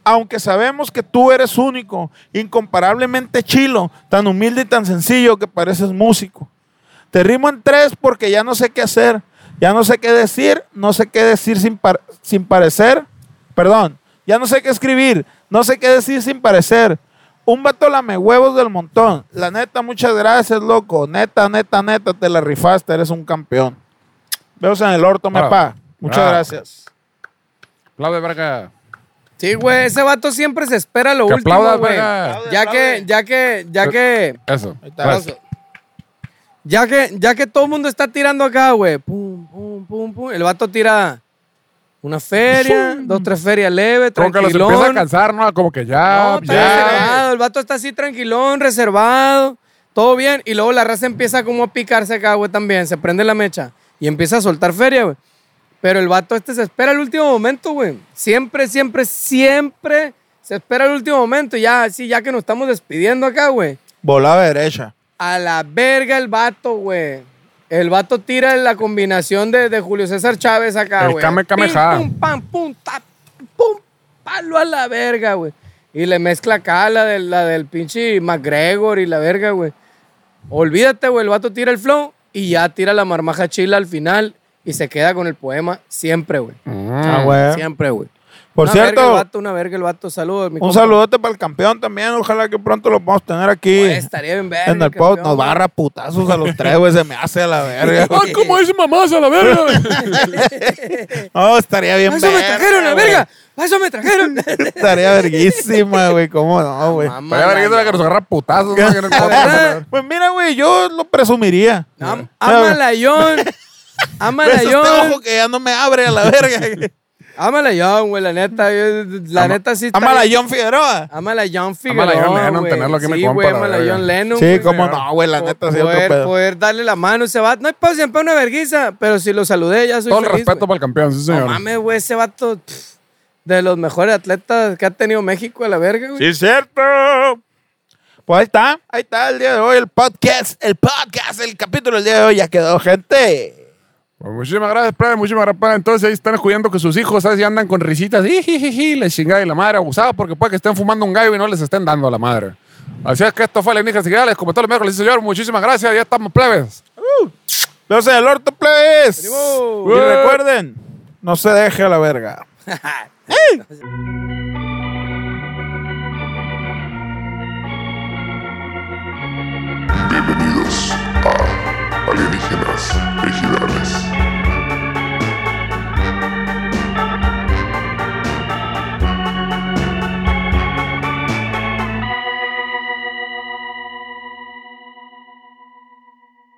Speaker 3: Aunque sabemos que tú eres único, incomparablemente chilo, tan humilde y tan sencillo que pareces músico. Te rimo en tres porque ya no sé qué hacer. Ya no sé qué decir. No sé qué decir sin, par- sin parecer. Perdón. Ya no sé qué escribir. No sé qué decir sin parecer. Un vato lame huevos del montón. La neta, muchas gracias, loco. Neta, neta, neta, te la rifaste. Eres un campeón. Veos en el orto, mi
Speaker 1: Bravo.
Speaker 3: papá. Muchas
Speaker 1: Bravo.
Speaker 3: gracias.
Speaker 1: Aplaude, verga.
Speaker 2: Sí, güey, ese vato siempre se espera lo
Speaker 1: Que
Speaker 2: último,
Speaker 1: aplaudas,
Speaker 2: güey.
Speaker 1: verga.
Speaker 2: Ya
Speaker 3: Aplaude.
Speaker 2: que, ya que, ya
Speaker 1: Eh,
Speaker 2: que,
Speaker 1: Eso.
Speaker 3: Ahí está.
Speaker 1: Gracias.
Speaker 2: ya que, ya que todo el mundo está tirando acá, güey. Pum, pum, pum, pum. El vato tira una feria, dos, tres ferias leves,
Speaker 1: Como que los
Speaker 2: tranquilón.
Speaker 1: empieza a cansar, ¿no? Como que ya.
Speaker 2: No, está
Speaker 1: ya.
Speaker 2: reservado. El vato está así tranquilón, reservado, todo bien. Y luego la raza empieza como a picarse acá, güey, también. Se prende la mecha y empieza a soltar feria, güey. Pero el vato este se espera el último momento, güey. Siempre, siempre, siempre se espera el último momento. Ya, así, ya que nos estamos despidiendo acá, güey.
Speaker 3: Volada derecha.
Speaker 2: A la verga el vato, güey. El vato tira la combinación de, de Julio César Chávez acá,
Speaker 1: El
Speaker 2: güey.
Speaker 1: Kame Kame
Speaker 2: Pim,
Speaker 1: Ja.
Speaker 2: Pum, pam, pum, tap, pum, palo a la verga, güey. Y le mezcla acá la del, la del pinche McGregor y la verga, güey. Olvídate, güey. El vato tira el flow y ya tira la marmaja chila al final y se queda con el poema siempre, güey.
Speaker 1: Mm,
Speaker 3: Ah, güey.
Speaker 2: Siempre, güey.
Speaker 3: Por
Speaker 2: Una
Speaker 3: cierto,
Speaker 2: verga el vato, una verga el vato. Saludos, mi
Speaker 3: un
Speaker 2: compa.
Speaker 3: saludote para el campeón también. Ojalá que pronto lo podamos tener aquí.
Speaker 2: Güey, estaría bien verga,
Speaker 3: en el pod
Speaker 2: campeón,
Speaker 3: nos
Speaker 2: güey.
Speaker 3: barra putazos a los tres, güey. Se me
Speaker 2: (laughs)
Speaker 3: hace a la verga.
Speaker 1: Ay, ¿cómo es mamás a la verga?
Speaker 3: No, estaría bien.
Speaker 2: ¡Para eso me
Speaker 3: verga,
Speaker 2: trajeron, la
Speaker 3: güey.
Speaker 2: verga! ¡Para eso me
Speaker 3: (laughs)
Speaker 2: trajeron!
Speaker 3: Estaría verguísima, güey. ¿Cómo no, güey?
Speaker 2: Mamá,
Speaker 1: Vaya, verga,
Speaker 2: la-
Speaker 1: que nos agarra putazos. ¿no? Que no
Speaker 2: (laughs)
Speaker 1: podemos hacer nada.
Speaker 3: Pues mira, güey, yo lo presumiría.
Speaker 2: Am- Ámala, John. Ámala,
Speaker 3: Besos, te este ojo
Speaker 2: John.
Speaker 3: que ya no me abre
Speaker 2: (laughs)
Speaker 3: a la verga.
Speaker 2: Ámala, John, güey, la neta. yo- La
Speaker 1: Ama-
Speaker 2: neta sí está.
Speaker 3: Ámala John Figueroa.
Speaker 2: Ámala, John Figueroa.
Speaker 1: John Lennon,
Speaker 2: güey.
Speaker 1: tenerlo aquí me
Speaker 2: Sí,
Speaker 1: compra,
Speaker 2: güey,
Speaker 1: la
Speaker 2: ámala,
Speaker 1: verga.
Speaker 2: John Lennon.
Speaker 3: Sí,
Speaker 2: güey.
Speaker 3: cómo no, güey, la neta sí, otro
Speaker 2: poder,
Speaker 3: pedo.
Speaker 2: poder darle la mano, se va. No hay pausa en una verguiza, pero si lo saludé ya soy
Speaker 1: Todo el
Speaker 2: feliz,
Speaker 1: respeto
Speaker 2: güey.
Speaker 1: para el campeón, sí,
Speaker 2: No
Speaker 1: señor.
Speaker 2: mames, güey, ese vato pff, de los mejores atletas que ha tenido México a la verga, güey.
Speaker 3: Sí, es cierto. Pues ahí está, ahí está el día de hoy, el podcast, el podcast, el capítulo del día de hoy ya quedó, gente.
Speaker 1: Pues muchísimas gracias, plebe, muchísimas gracias. plebe. Entonces ahí están jugando con sus hijos, ¿sabes? Y andan con risitas, jijijiji, la chingada y la madre abusada, porque puede que estén fumando un gallo y no les estén dando a la madre. Así es que esto fue Alienígenas Digitales, como todos los miércoles, sí, señor. Muchísimas gracias, ya estamos plebes.
Speaker 3: Los del Orto Plebes.
Speaker 2: ¡Ánimo!
Speaker 3: Y recuerden, no se deje a la verga.
Speaker 4: Baby